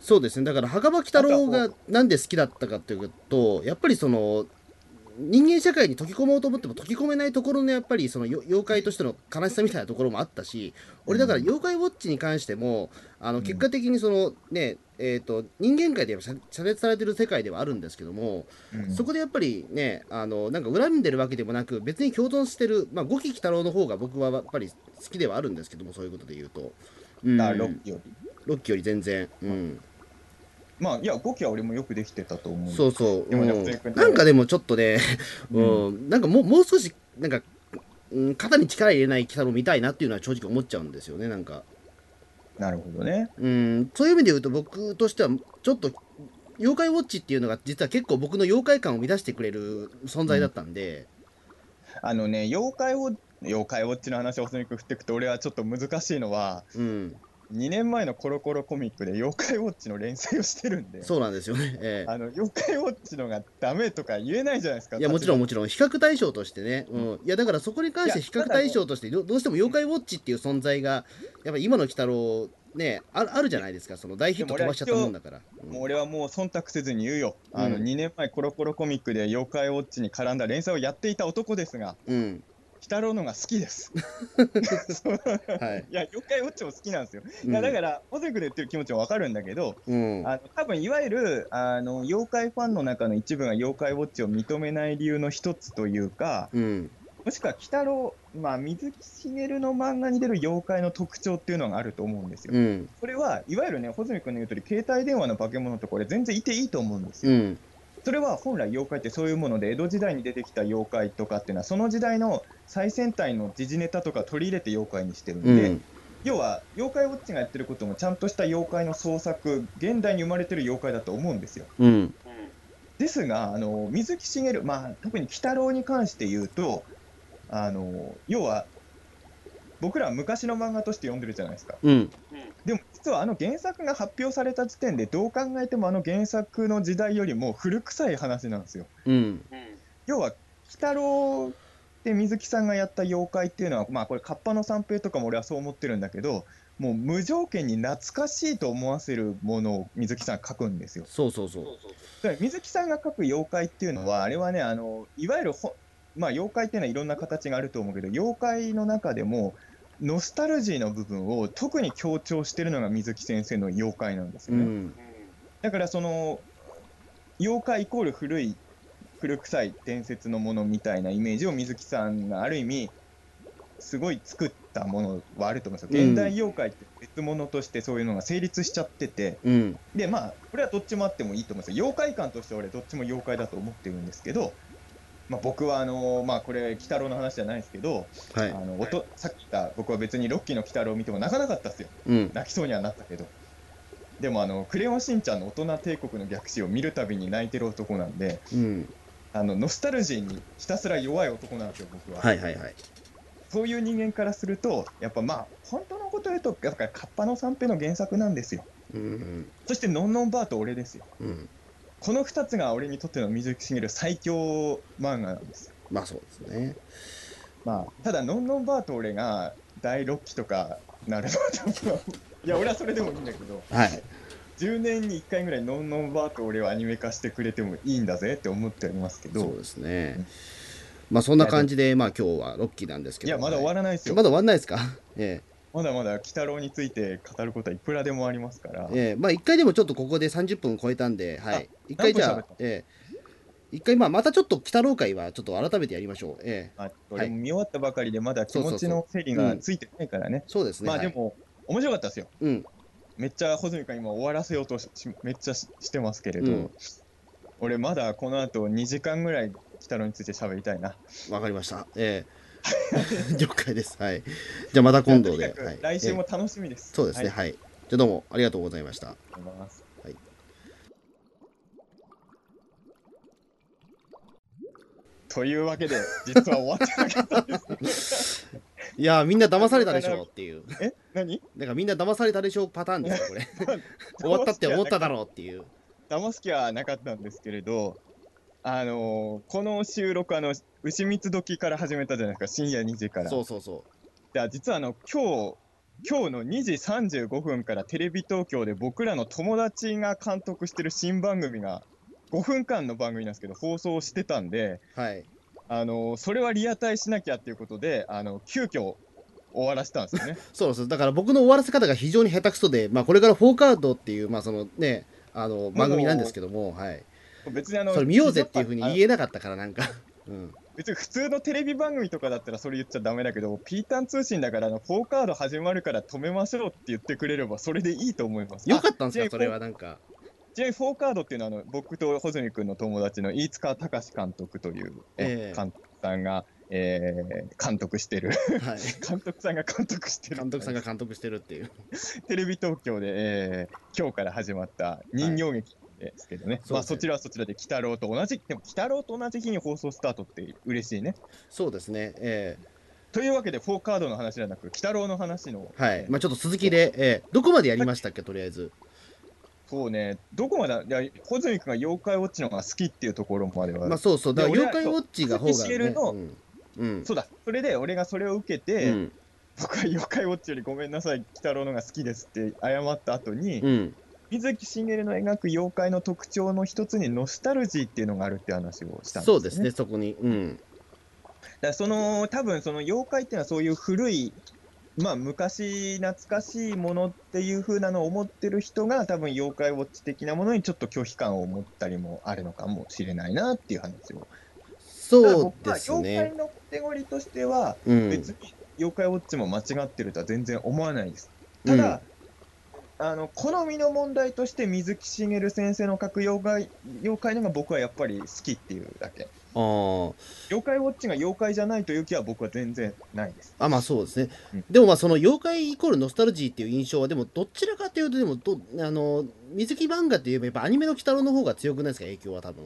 そうですねだから袴鬼太郎あがとなんで好きだったかというとやっぱりその人間社会に溶け込もうと思っても溶け込めないところのやっぱりそのよ妖怪としての悲しさみたいなところもあったし俺だからうん妖怪ウォッチに関してもあうのん結果的にそのねえー、と人間界では遮遮裂されてる世界ではあるんですけども、うんそこでやっぱりねあのなんか恨んでるわけでもなく別に共存してる、まあ、五木鬼太郎の方が僕はやっぱり好きではあるんですけどもそういうことで言うと、うん、だからロロッキーより。ッキーより全然。うんまあいや5期は俺もよくできてたと思う。そうそう、でもねうん普通にこうやってなんかでもちょっと (laughs) ね、ううんんなんかもうもう少しなんか、うん、肩に力入れない鬼太郎見たいなっていうのは正直思っちゃうんですよねなんか、なるほどね。うん、そういう意味で言うと僕としてはちょっと妖怪ウォッチっていうのが実は結構僕の妖怪感を生み出してくれる存在だったんで、あのね妖怪を妖怪ウォッチの話をおすみく振っていくと俺はちょっと難しいのはうん、 2年前のコロコロコミックで妖怪ウォッチの連載をしてるんで。そうなんですよね、ええあの妖怪ウォッチのがダメとか言えないじゃないですか。いやもちろんん。もちろん比較対象としてね、うん、いやだからそこに関していや比較対象としてどどうしても妖怪ウォッチっていう存在がやっぱ今の鬼太郎ねあるあるじゃないですかその大ヒット飛ばしちゃったもんだから。うんもう俺はもう忖度せずに言うよ。あのうん2年前コロコロコミックで妖怪ウォッチに絡んだ連載をやっていた男ですが、うん、鬼太郎のが好 (laughs) きです。はい。いや妖怪ウォッチも好きなんですよ。いやだから小関で言ってる気持ちもわかるんだけど、うん、あの多分いわゆるあの妖怪ファンの中の一部が妖怪ウォッチを認めない理由の一つというか、うん、もしくは鬼太郎、まあ水木しげるの漫画に出る妖怪の特徴っていうのがあると思うんですよ。うん、これはいわゆるね、穂積君の言う通り、携帯電話の化け物とこれ全然いていいと思うんですうよ。ん、それは本来妖怪ってそういうもので江戸時代に出てきた妖怪とかっていうのはその時代の最先端の時事ネタとか取り入れて妖怪にしてるんうで、ん、要は妖怪ウォッチがやってることもちゃんとした妖怪の創作現代に生まれてる妖怪だと思うんですようん、ですがあの水木しげる、まあ、特に鬼太郎に関して言うとあの要は僕ら昔の漫画として読んでるじゃないですかうん、でも実はあの原作が発表された時点でどう考えてもあの原作の時代よりも古臭い話なんですようん、要は鬼太郎で水木さんがやった妖怪っていうのはまあこれ「カッパの三平」とかも俺はそう思ってるんだけどもう無条件に懐かしいと思わせるものを水木さん書くんですよそうそうそう。だから水木さんが書く妖怪っていうのはあれはねあのいわゆるほ、まあ、妖怪っていうのはいろんな形があると思うけど妖怪の中でもノスタルジーの部分を特に強調してるのが水木先生の妖怪なんですうよね、ん、だからその妖怪イコール古い古臭い伝説のものみたいなイメージを水木さんがある意味すごい作ったものはあると思うんですようん現代妖怪って別物としてそういうのが成立しちゃってて、うん、でまあこれはどっちもあってもいいと思うんですよ妖怪感として俺どっちも妖怪だと思ってるんですけど、まあ、僕はあのまあこれ鬼太郎の話じゃないですけはど、あい、のおとさっき言った僕は別にロッキーの鬼太郎を見ても泣かなかったですようん、泣きそうにはなったけどでもあの「クレヨンしんちゃんの大人帝国の逆襲」を見るたびに泣いてる男なんでうん、あのノスタルジーにひたすら弱い男なんですよ僕は、はいはいはい。そういう人間からするとやっぱまあ本当のこと言うとやっぱり「カッパの三平」の原作なんですようん、そして「のんのんばあ」と俺ですようん、この2つが俺にとっての水木しげる最強漫画なんですよ。まあそうですね。まあ、ただ、のんのんバーと俺が第6期とかなる (laughs) のとか、いや、俺はそれでもいいんだけど、はい。 10年に1回ぐらいのんのんバーと俺をアニメ化してくれてもいいんだぜって思っておりますけそうど、ですね。まあそんな感じで、まあ今日はロッキーなんですけいど。や、まだ終わらないですよ。まだ終わんないですかえまだまだ、鬼太郎について語ることはいくらでもありますからえ、ええまあ一回でもちょっとここで30分超えたんで、はい。一回じゃ何分喋あった、ええ一回まあまたちょっと鬼太郎会はちょっと改めてやりましょう。ええまあ、俺も見終わったばかりで、まだ気持ちの整理がついてないからね。そうですね。まあ、はいでも、面白かったですよ。うん。めっちゃ穂積君今終わらせようとししめっちゃししてますけれど、うん俺まだこの後2時間ぐらい北野について喋りたいなわかりました。ええ (laughs) 了解です。はい。じゃあまた今度いやで。とにかはいく、来週えも楽しみです、えそうですね。はいはい。じゃあどうもありがとうございました。ありがとうございますというわけで実は終わってなかったん (laughs) ですいやーみんな騙されたでしょって (laughs) いう。え何なんかみんな騙されたでしょパターンですよ、 (laughs) これ。終わったって思っただろうっていう。騙す気はなかったんですけれどあのーこの収録あの牛三つ時から始めたじゃないですか深夜2時からそうそうそじゃあ実はあの今日今日の2時35分からテレビ東京で僕らの友達が監督してる新番組が5分間の番組なんですけど放送してたんで、う。はい。あのそれはリアタイしなきゃっていうことで、あの急遽終わらせたんですよね。 (laughs) そうそうだから僕の終わらせ方が非常に下手くそで、まあ、これから「フォーカード」っていう、まあそのね、あの番組なんですけども、はい、別にあのそれ見ようぜっていうふうにあの言えなかったからなんか、うん、別に普通のテレビ番組とかだったらそれ言っちゃダメだけど、ピータン通信だからあのフォーカード始まるから止めましょうって言ってくれればそれでいいと思います。よかったんですあかそれはなんかちなみにフォーカードっていうのはあの僕と穂積君の友達の飯塚隆監督という、えええ監督さんが、えー監督してる (laughs) はい監督さんが監督してる監督さんが監督してるっていうテレビ東京で、えー今日から始まった人形劇ですけどね、そうまであ、すねそちらはそちらで鬼太郎と同じでも鬼太郎と同じ日に放送スタートって嬉しいねそうですねえというわけでフォーカードの話じゃなく鬼太郎の話の、えはい、まあ、ちょっと続きで、ええどこまでやりましたっけとりあえずそうねどこまでいや穂積君が妖怪ウォッチの方が好きっていうところまでは、まあそうそうだからで俺妖怪ウォッチが方がね、そううんうんそうだそれで俺がそれを受けうて、ん僕は妖怪ウォッチよりごめんなさい、鬼太郎のが好きですって謝った後に、うん水木しげるの描く妖怪の特徴の一つにノスタルジーっていうのがあるって話をしたんです、ね、そうですねそこにうんだからその多分その妖怪っていうのはそういう古い、まあ、昔懐かしいものっていう風なのを思ってる人が多分妖怪ウォッチ的なものにちょっと拒否感を持ったりもあるのかもしれないなっていう話をそうですだからね僕は妖怪のカテゴリーとしてはうん別に妖怪ウォッチも間違ってるとは全然思わないです。ただ、あの好みの問題として水木しげる先生の書く妖怪妖怪のが僕はやっぱり好きっていうだけあー妖怪ウォッチが妖怪じゃないという気は僕は全然ないですあまあそうですね、うんでもまあその妖怪イコールノスタルジーっていう印象はでもどちらかというとでもどあの水木漫画って言えばやっぱアニメの鬼太郎の方が強くないですか影響は多分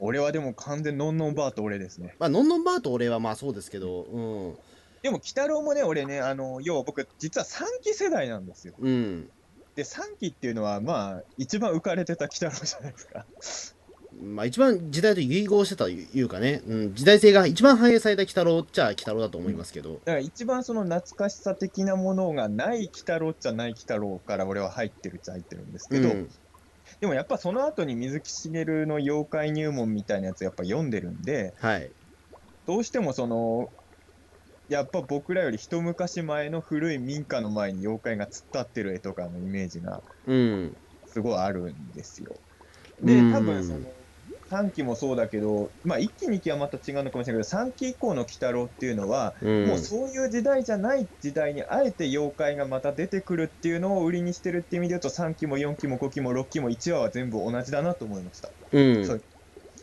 俺はでも完全ノンノンバーと俺ですねまあのんのんばーと俺はまあそうですけどうんでも鬼太郎もね俺ねあの要は僕実は3期世代なんですようんで3期っていうのはまあ一番浮かれてた鬼太郎じゃないですかまあ一番時代と融合してたというかね、うん、時代性が一番反映された鬼太郎っちゃ鬼太郎だと思いますけど、だから一番その懐かしさ的なものがない鬼太郎っちゃない鬼太郎から俺は入ってるっちゃ入ってるんですけど、うんでもやっぱその後に水木しげるの妖怪入門みたいなやつやっぱ読んでるんではいどうしてもそのやっぱ僕らより一昔前の古い民家の前に妖怪が突っ立ってる絵とかのイメージがうんすごいあるんですよ。でうん多分その3期もそうだけど、まあ、1期2期はまた違うのかもしれないけど3期以降の鬼太郎っていうのは、うんもうそういう時代じゃない時代にあえて妖怪がまた出てくるっていうのを売りにしてるって意味で言うと3期も4期も5期も6期も1話は全部同じだなと思いました。うんそう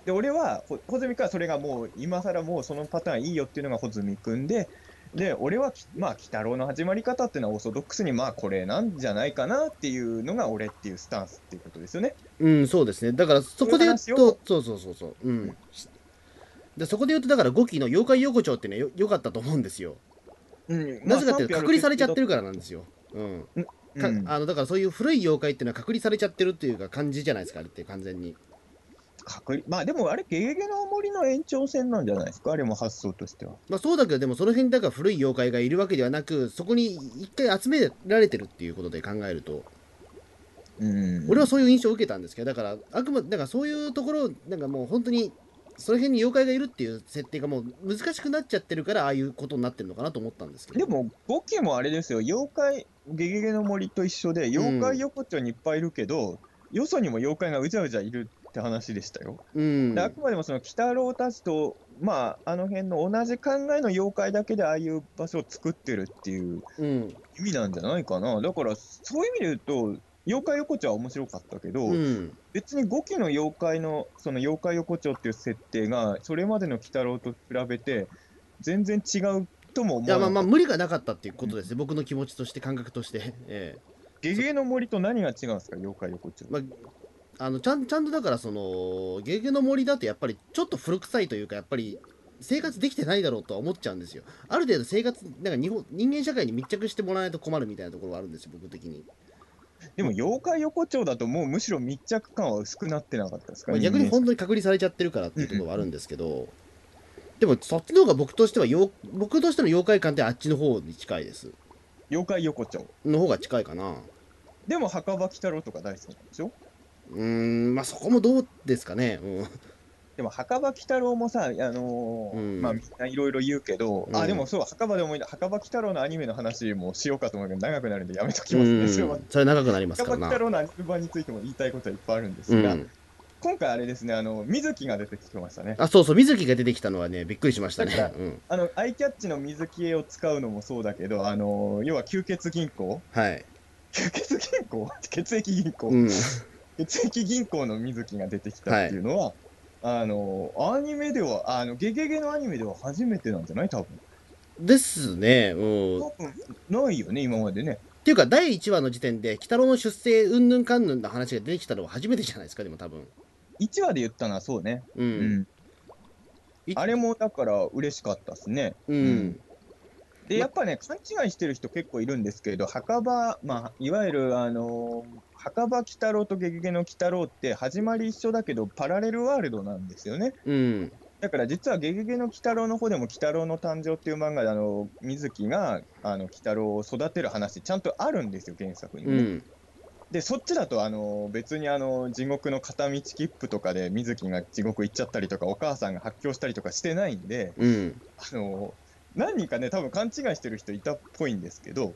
で俺はほ穂積君はそれがもう今更もうそのパターンいいよっていうのが穂積君でで俺はきまあ鬼太郎の始まり方っていうのはオーソドックスにまあこれなんじゃないかなっていうのが俺っていうスタンスっていうことですよね。うん、そうですね。だからそこで言うそういう話と、そうそうそうそう。うん。でそこで言うと、だから5期の妖怪横丁ってね、よ良かったと思うんですよ。うんなぜかっていうと、隔離されちゃってるからなんですよ。うん。かうんあのだからそういう古い妖怪っていうのは隔離されちゃってるっていうか感じじゃないですか、あれって完全に。隔離まあでもあれ、ゲゲゲの森の延長線なんじゃないですか、あれも発想としては。まあそうだけど、でもその辺だから古い妖怪がいるわけではなく、そこに一回集められてるっていうことで考えると、うん俺はそういう印象を受けたんですけど、だから、あくまで、だからそういうところ、なんかもう本当に、その辺に妖怪がいるっていう設定がもう難しくなっちゃってるから、ああいうことになってるのかなと思ったんですけど。でも、5期もあれですよ、妖怪、ゲゲゲの森と一緒で、妖怪横丁にいっぱいいるけど、よそにも妖怪がうじゃうじゃいるって話でしたよ。うんであくまでもその鬼太郎たちと、まあ、あの辺の同じ考えの妖怪だけでああいう場所を作ってるっていううん意味なんじゃないかなだからそういう意味で言うと妖怪横丁は面白かったけど、うん別に5期の妖怪のその妖怪横丁っていう設定がそれまでの鬼太郎と比べて全然違うともい思やまあわないまあ無理がなかったっていうことですね、僕の気持ちとして感覚として、 (laughs) えゲゲの森と何が違うんですか妖怪横丁えまあ、あのちゃんちゃんとだからその「ゲゲの森」だとやっぱりちょっと古臭いというかやっぱり生活できてないだろうとは思っちゃうんですよある程度生活なんか日本人間社会に密着してもらわないと困るみたいなところはあるんですよ僕的に、でも妖怪横丁だともうむしろ密着感は薄くなってなかったですか、まあ、逆に人間本当に隔離されちゃってるからっていうところはあるんですけどでもそっちの方が僕としてはよ僕としての妖怪感ってあっちの方に近いです妖怪横丁の方が近いかなでも墓場鬼太郎とか大好きなんでしょうーんまあそこもどうですかねうんでも墓場鬼太郎もさ、あのーうんまあみんないろいろ言うけど、うあんでもそう墓場で思い出墓場鬼太郎のアニメの話もしようかと思うけど長くなるんでやめときますね。それはうんそれ長くなります墓からな場鬼太。郎のアニメ版についても言いたいことはいっぱいあるんですうが、ん、今回あれですねあの水木が出てきてましたね。あそうそう水木が出てきたのはねびっくりしましたねだか。うん、あのアイキャッチの水木絵を使うのもそうだけど、あのー要は吸血銀行 (laughs) はい。吸血銀行血液銀行、うん、血液銀行の水木が出てきたっていうのは、あのーアニメではあのゲゲゲのアニメでは初めてなんじゃない多分。ですね。うん。っ多分ないよね今までね。ていうか第1話の時点で鬼太郎の出生うんぬんかんぬんの話が出てきたのは初めてじゃないですかでも多分。 1話で言ったのはそうね、う。うんいあれもだから嬉しかったですねうん。んまでやっぱね勘違いしてる人結構いるんですけど墓場まあいわゆるあのー墓場鬼太郎とゲゲゲの鬼太郎って始まり一緒だけどパラレルワールドなんですよねうん。だから実はゲゲゲの鬼太郎の方でも鬼太郎の誕生っていう漫画であの水木があの鬼太郎を育てる話ちゃんとあるんですよ原作にうね、ん。でそっちだとあの別にあの地獄の片道切符とかで水木が地獄行っちゃったりとかお母さんが発狂したりとかしてないんでうん。あの何人かね多分勘違いしてる人いたっぽいんですけど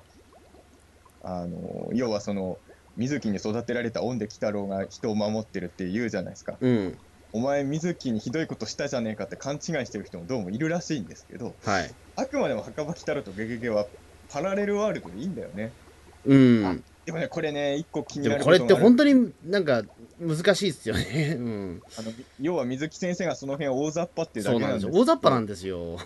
あの要はその水木に育てられた恩で鬼太郎が人を守ってるって言うじゃないですかうん。お前水木にひどいことしたじゃねえかって勘違いしてる人もどうもいるらしいんですけどはい。あくまでも墓場鬼太郎とゲゲゲはパラレルワールドでいいんだよねうん。でもね、これね、一個気にでなもるこれってがある本当になんか難しいですよね。 (laughs) うん、あの要は水木先生がその辺を大雑把ってだそけうななんんでですすよ。大雑把なんですよ。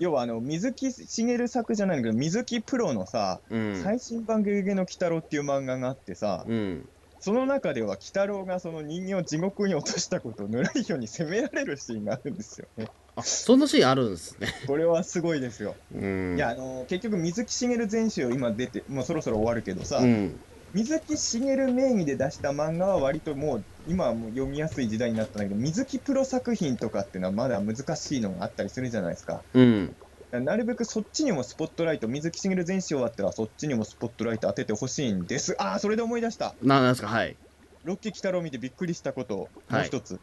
要はあの水木しげる作じゃないんだけど、水木プロのさ、うん。最新版「ゲゲの鬼太郎」っていう漫画があってさ、うん。その中では鬼太郎がその人間を地獄に落としたことをぬらりひょんに責められるシーンがあるんですよね。あ、そんなシーンあるんですね。これはすごいですよ。うん。いや、あの結局水木しげる全集を今出て、もうそろそろ終わるけどさ、うん。水木しげる名義で出した漫画は割ともう今はもう読みやすい時代になったんだけど水木プロ作品とかっていうのはまだ難しいのがあったりするじゃないですかうん。だからなるべくそっちにもスポットライト水木しげる全集終わったらそっちにもスポットライト当ててほしいんですああそれで思い出したななんですか、はい。ロッキー鬼太郎見てびっくりしたことはいもう一つ、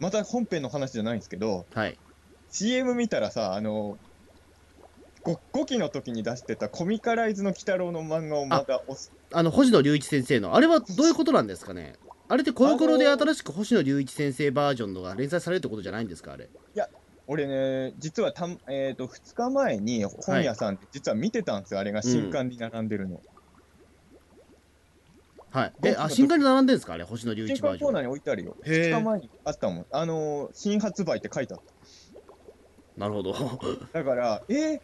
また本編の話じゃないんですけどはい。 CM 見たらさあのご5期の時に出してたコミカライズの鬼太郎の漫画をまた押すあの、星野隆一先生の、あれはどういうことなんですかねあれってコロコロで新しく星野隆一先生バージョンのが連載されるってことじゃないんですかあれ。俺ね、実はたん、えー、と2日前に本屋さん、実は見てたんですよ、あれが新刊に並んでるの。はい。僕え、のあ、時新刊に並んでるんですかあれ、星野隆新一バー刊ジコーナョーン。に置いてあるよ、へー2日前にあったもん、あのー新発売って書いてあっなるほど。た。だから、えー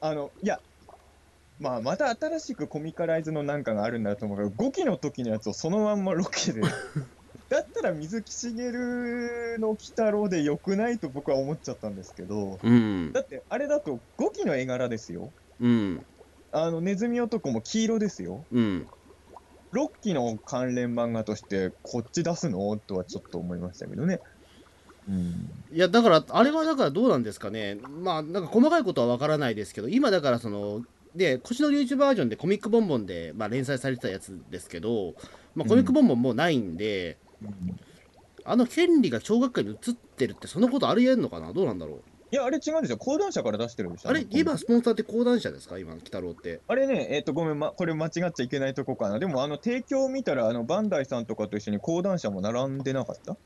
あの、いや、まあ、また新しくコミカライズのなんかがあるんだと思うけど、5期の時のやつをそのまんまロケで。だったら水木しげるの鬼太郎でよくないと僕は思っちゃったんですけど、うんだ。ってあれだと5期の絵柄ですよ。うん。あのネズミ男も黄色ですよ。うん。ロッキーの関連漫画としてこっち出すのとはちょっと思いましたけどね。うん、いやだからあれはだからどうなんですかねまあなんか細かいことはわからないですけど今だからそので腰の隆一バージョンでコミックボンボンで、まあ、連載されてたやつですけど、まあ、コミックボンボンもうないんで、あの権利が小学館に移ってるってそんなことありえんのかなどうなんだろいや、あれ違うんですよ。講談社から出してるんでうすよ。あれ今のスポンサーって講談社ですか今の鬼太郎ってあれね、えっ、と、ごめん、ま、これ間違っちゃいけないとこかな。でも、あの、提供を見たら、あの、バンダイさんとかと一緒に講談社も並んでなかった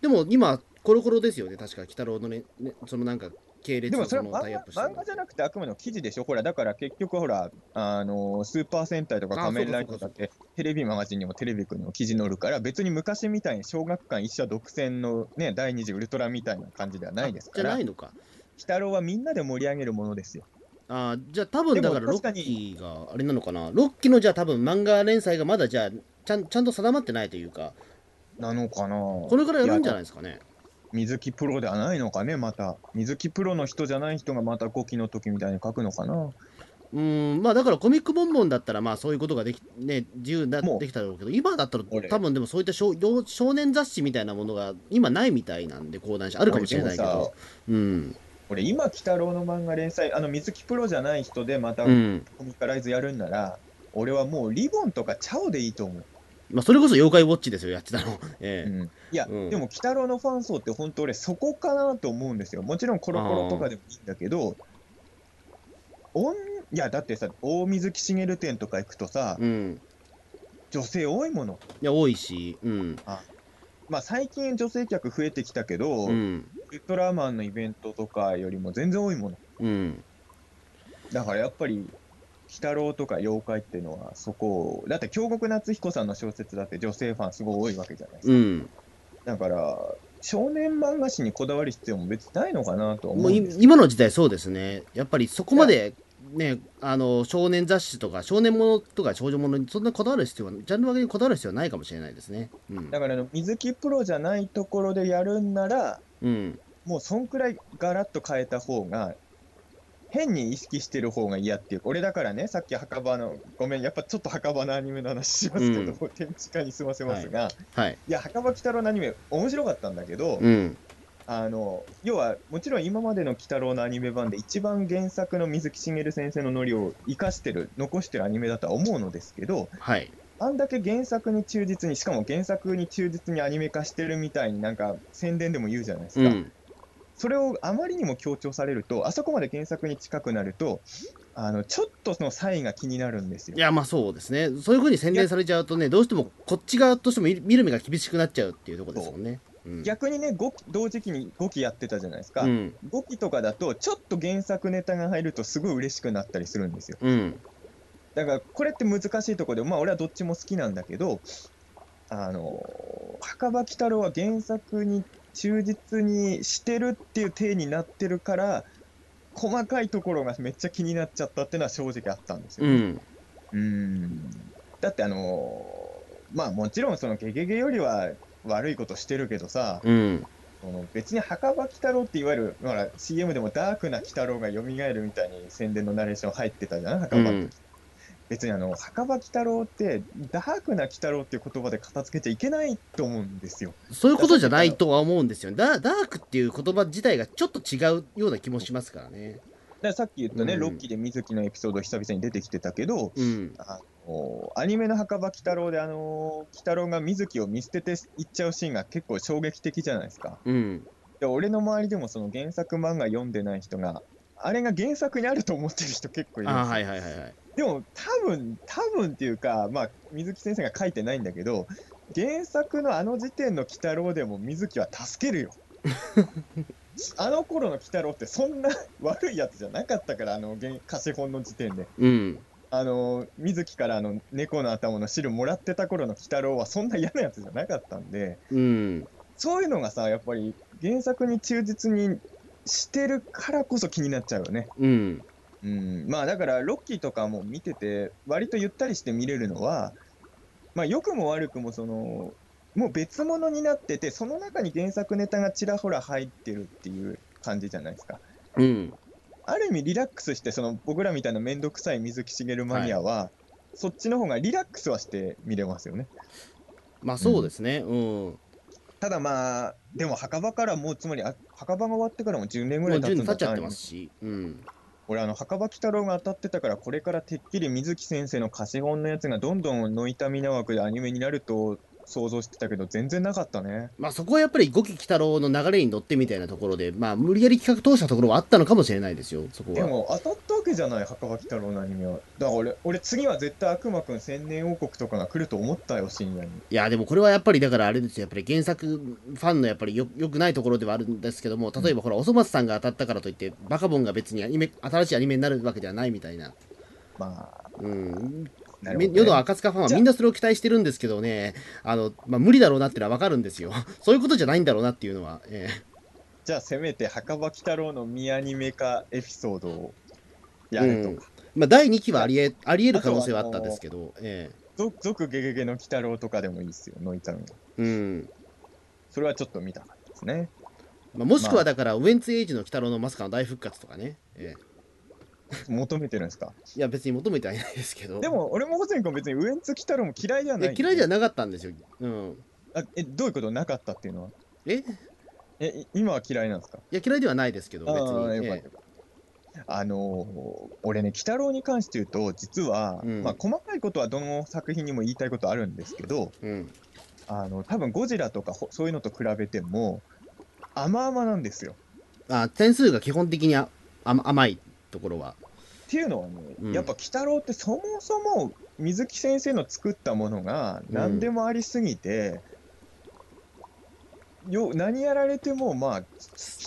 でも今コロコロですよね確か鬼太郎のねねそのなんか系列でも、のそそれのはタイアップ漫して画る漫画じゃなくて、あくまでも記事でしょ。ほら、だから結局、ほら、あの、スーパー戦隊とかあ仮面ライダーだって、テレビマガジンにもテレビくんにも記事載るから、別に昔みたいに小学館一社独占のね、第二次ウルトラみたいな感じではないですじかゃらな。いのか鬼太郎はみんなで盛り上げるものですよ。あーじゃあ多分だからでロも確かッにキーがあれなのかなロッキーのじゃあ多分漫画連載がまだじゃあちゃんちゃんと定まってないというかなのかなこれからやるんじゃないですかね水木プロではないのかね、また。水木プロの人じゃない人がまた5期の時みたいに書くのかなうーんまあだからコミックボンボンだったらまあそういうことができね自由になもうできただろうけど今だったら俺多分でもそういった少幼少年雑誌みたいなものが今ないみたいなんで講談社あるかもしれないけ俺でもどうん俺、今、鬼太郎の漫画連載、あの、水木プロじゃない人でまたうコんミカライズやるんなら、俺はもうリボンとかチャオでいいと思う。まあそれこそ妖怪ウォッチですよやってたのうええん、いや、うんでも、鬼太郎のファン層って本当俺、そこかなと思うんですよ。もちろんコロコロとかでもいいんだけど、おんいや、だってさ、大水木しげる店とか行くとさ、うん女性多いもの。いや多いしうんまあ、最近女性客増えてきたけど、うんウルトラマンのイベントとかよりも全然多いものうんだからやっぱり鬼太郎とか妖怪っていうのはそこをだって京極夏彦さんの小説だって女性ファンすごい多いわけじゃないですか、うんだから少年漫画誌にこだわる必要も別にないのかなとは思もううんでいす今の時代そうですねやっぱりそこまでねあの少年雑誌とか少年ものとか少女ものにそんなこだわる必要はジャンル分けにこだわる必要はないかもしれないですねうんだからあの水木プロじゃないところでやるんならうんもうそんくらいガラッと変えた方が変に意識してる方が嫌っていう俺だからねさっき墓場のごめんやっぱちょっと墓場のアニメの話しますけど、展示会に済ませますが、はいいや、墓場鬼太郎のアニメ、面白かったんだけど、うんあの要は、もちろん今までの鬼太郎のアニメ版で、一番原作の水木しげる先生のノリを生かしてる、残してるアニメだとは思うのですけど、はいあんだけ原作に忠実に、しかも原作に忠実にアニメ化してるみたいになんか宣伝でも言うじゃないですうか、んそれをあまりにも強調されると、あそこまで原作に近くなると、あのちょっとその差異が気になるんですよい。やまあそうですねそういうふうに宣伝されちゃうとねどうしてもこっち側としても見見る目が厳しくなっちゃうっていうところですもんねうん逆にね、5期同時期に5期やってたじゃないですか。うん5期とかだと、ちょっと原作ネタが入るとすごい嬉しくなったりするんですよ。うんだからこれって難しいところで、まあ、俺はどっちも好きなんだけど、あの墓場鬼太郎は原作に忠実にしてるっていう体になってるから、細かいところがめっちゃ気になっちゃったっていうのは正直あったんですよ。うんうんだってあのーまあもちろんそのゲゲゲよりは悪いことしてるけどさ、うんその別に墓場鬼太郎っていわゆる、ほら CM でもダークな鬼太郎が蘇るみたいに宣伝のナレーション入ってたじゃん、う墓場。ん別にあの墓場鬼太郎ってダークな鬼太郎っていう言葉で片付けちゃいけないと思うんですよ。そういうことじゃないとは思うんですよねダダークっていう言葉自体がちょっと違うような気もしますからねだからさっき言ったね、うんロッキーで水木のエピソード久々に出てきてたけど、うんあのアニメの墓場鬼太郎であの鬼太郎が水木を見捨てていっちゃうシーンが結構衝撃的じゃないですか。うんで俺の周りでもその原作漫画読んでない人があれが原作にあると思ってる人結構いるんですあーよはいはいはいはいでも多分多分っていうかまあ水木先生が書いてないんだけど原作のあの時点の鬼太郎でも水木は助けるよあの頃の鬼太郎ってそんな悪いやつじゃなかったからあの原貸本の時点でうんあの水木からあの猫の頭の汁もらってた頃の鬼太郎はそんな嫌なやつじゃなかったんでうんそういうのがさやっぱり原作に忠実にしてるからこそ気になっちゃうよねうんうん、まあだからロッキーとかも見てて割とゆったりして見れるのは、まあ、良くも悪くもそのもう別物になっててその中に原作ネタがちらほら入ってるっていう感じじゃないですかうんある意味リラックスしてその僕らみたいな面倒くさい水木しげるマニアは、そっちの方がリラックスはして見れますよねまあそうですねうんただまあでも墓場からもうつまりあ墓場が終わってからも10年もぐうらい経10つ年ん経だっちゃってなますしうん俺あの墓場鬼太郎が当たってたからこれからてっきり水木先生の貸本のやつがどんどんノイタミナ枠でアニメになると想像してたけど全然なかったねまあそこはやっぱり五木鬼太郎の流れに乗ってみたいなところでまあ無理やり企画通したところはあったのかもしれないですよそこではも当たったわけじゃない墓場鬼太郎のアニメはだから俺俺次は絶対悪魔くん千年王国とかが来ると思ったよ深夜にいやでもこれはやっぱりだからあれですよやっぱり原作ファンのやっぱりよよくないところではあるんですけども例えばほらおそ松さんが当たったからといってバカボンが別にアニメ新しいアニメになるわけではないみたいなまあうんなるほど、ね、世の赤塚ファンはじゃあみんなそれを期待してるんですけどねあの、まあ、無理だろうなってのは分かるんですよ (laughs) そういうことじゃないんだろうなっていうのは、えじゃあせめて墓場鬼太郎のミアニメ化エピソードをえやるとうかんまあ、第2期はありえありえる可能性はあったんですけど、え続、続ゲゲゲの鬼太郎とかでもいいですよノイタミナえうんそれはちょっと見たかったですねまあ、もしくはだから、ウエンツ・エイジの鬼太郎のまさかの大復活とかね、ええ求めてるんですかいや別に求めてはいないですけどでも俺も細谷君別にウエンツ来たろも嫌いじゃいなやい嫌いじゃななかったんですよ、うん、いえどういうことなかったっていうのはえいえい今は嫌いなんですかや嫌いではないですけど別ああに、よかえったよかったあのー俺ね鬼太郎に関して言うと実は、うんまあ、細かいことはどの作品にも言いたいことあるんですけどえうん、あの多分ゴジラとかほそういうのと比べても甘々なんですよあ点数が基本的にあ甘甘いところはっていうのはね、うんやっぱ鬼太郎ってそもそも水木先生の作ったものが何でもありすぎて、よ何やられてもまあ鬼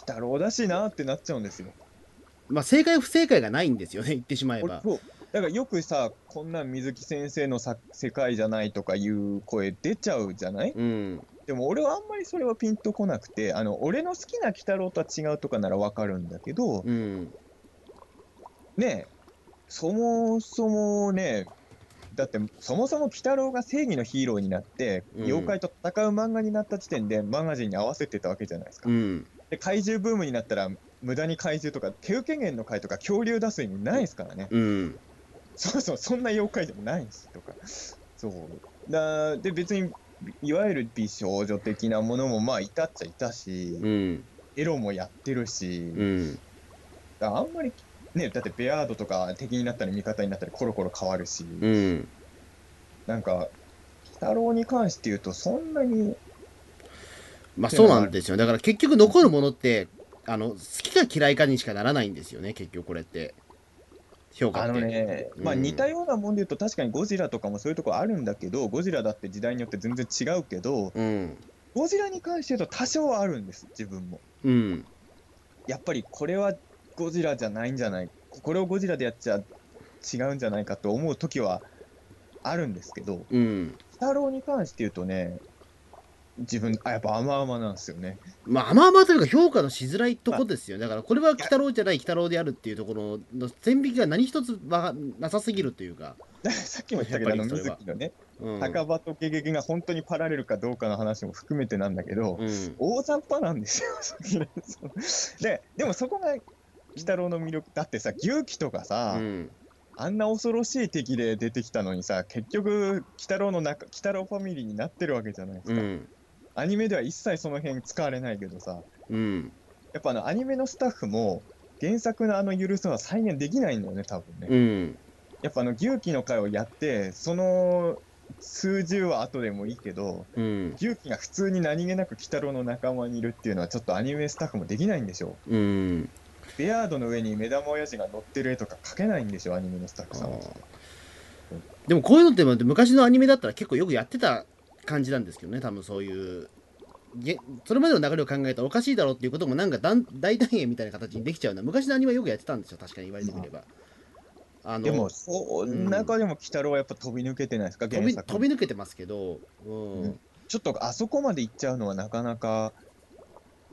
太郎だしなってなっちゃうんですよ。まあ正解不正解がないんですよね言ってしまえば俺そうだからよくさこんなん水木先生のさ世界じゃないとかいう声出ちゃうじゃないうんでも俺はあんまりそれはピンとこなくてあの俺の好きな鬼太郎とは違うとかならわかるんだけど、うんねえそもそもねだってそもそも鬼太郎が正義のヒーローになって、うん妖怪と戦う漫画になった時点でマガジンに合わせてたわけじゃないですか、うんで怪獣ブームになったら無駄に怪獣とか手受け源の怪とか恐竜出す意味ないですからね、うんそうそうそんな妖怪でもないしとかそうだで別にいわゆる美少女的なものもまあいたっちゃいたし、うんエロもやってるし、うんだからあんまりねだってベアードとか敵になったり味方になったりコロコロ変わるし、うんなんか鬼太郎に関して言うとそんなにまあそうなんですよだから結局残るものってあの好きか嫌いかにしかならないんですよね結局これって評価っあのて、ね、まあうん似たようなもんで言うと確かにゴジラとかもそういうとこあるんだけどゴジラだって時代によって全然違うけどうんゴジラに関して言うと多少はあるんです自分もうんやっぱりこれはゴジラじゃないんじゃないこれをゴジラでやっちゃ違うんじゃないかと思う時はあるんですけど、うん鬼太郎に関して言うとね、自分、あやっぱ甘々なんですよね。まあ甘々というか評価のしづらいとこですよだからこれは鬼太郎じゃない鬼太郎であるっていうところの線引きが何一つわなさすぎるというか、 (laughs) さっきも言ったけど、あやのっぱりそれ水は木のね、うん、墓場とゲゲゲが本当にパラレルかどうかの話も含めてなんだけど、うん大雑把なんですよ、それそうででもそこが鬼太郎の魅力だってさ、牛鬼とかさ、うんあんな恐ろしい敵で出てきたのにさ、結局、鬼太郎の中、鬼太郎ファミリーになってるわけじゃないですうか。んアニメでは一切その辺使われないけどさ、うんやっぱあのアニメのスタッフも、原作のあの許すは再現できないんだよね、多分ね。うんやっぱあの牛鬼の回をやって、その数十は後でもいいけど、うん牛鬼が普通に何気なく鬼太郎の仲間にいるっていうのは、ちょっとアニメスタッフもできないんでしょう。うんベアードの上に目玉親父が乗ってる絵とか描けないんでしょ、アニメのスタッフさんは。でもこういうのってまあ昔のアニメだったら結構よくやってた感じなんですけどね多分そういうげそれまでの流れを考えたらおかしいだろうっていうこともなんかだん大団円みたいな形にできちゃうな昔のアニメはよくやってたんですよ確かに言われてみれば。あのでも、そうんん中でも、鬼太郎はやっぱ飛び抜けてないですか、飛原び作飛び抜けてますけど、うんうんちょっとあそこまで行っちゃうのはなかなか、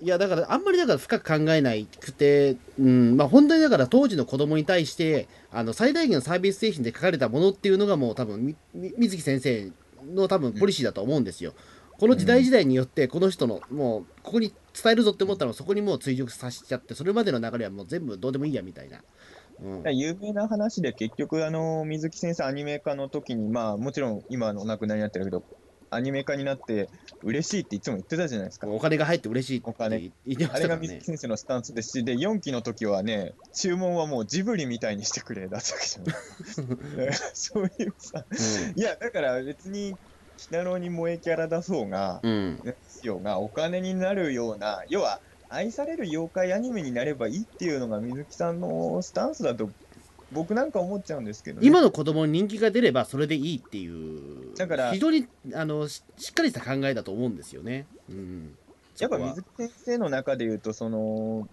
いやだからあんまりだから深く考えないくて、うんまあ、本当にだから当時の子供に対してあの最大限のサービス精神で書かれたものっていうのがもう多分みみ水木先生の多分ポリシーだと思うんですよ。この時代時代によってこの人のもうここに伝えるぞって思ったのをそこにもう追熟させちゃってそれまでの流れはもう全部どうでもいいやみたいな。うん有名な話で、結局、あの水木先生、アニメ化の時に、まあ、もちろん今、お亡くなりになってるけど、アニメ化になって、嬉しいっていつも言ってたじゃないですか。お金が入って嬉しいってお金言ってまあしたかれがら水ね木。先生のスタンスですし、で、4期の時はね、注文はもうジブリみたいにしてくれだったわけじゃないですか。そういうさ、いや、だから別に、鬼太郎に萌えキャラ出そうが、うんうん必要がお金になるような、要は、愛される妖怪アニメになればいいっていうのが水木さんのスタンスだと、僕なんか思っちゃうんですけど、ね、今の子供に人気が出ればそれでいいっていうだから非常にあのししっかりした考えだと思うんですよね。うん、やっぱそこは水木先生の中で言うと、その、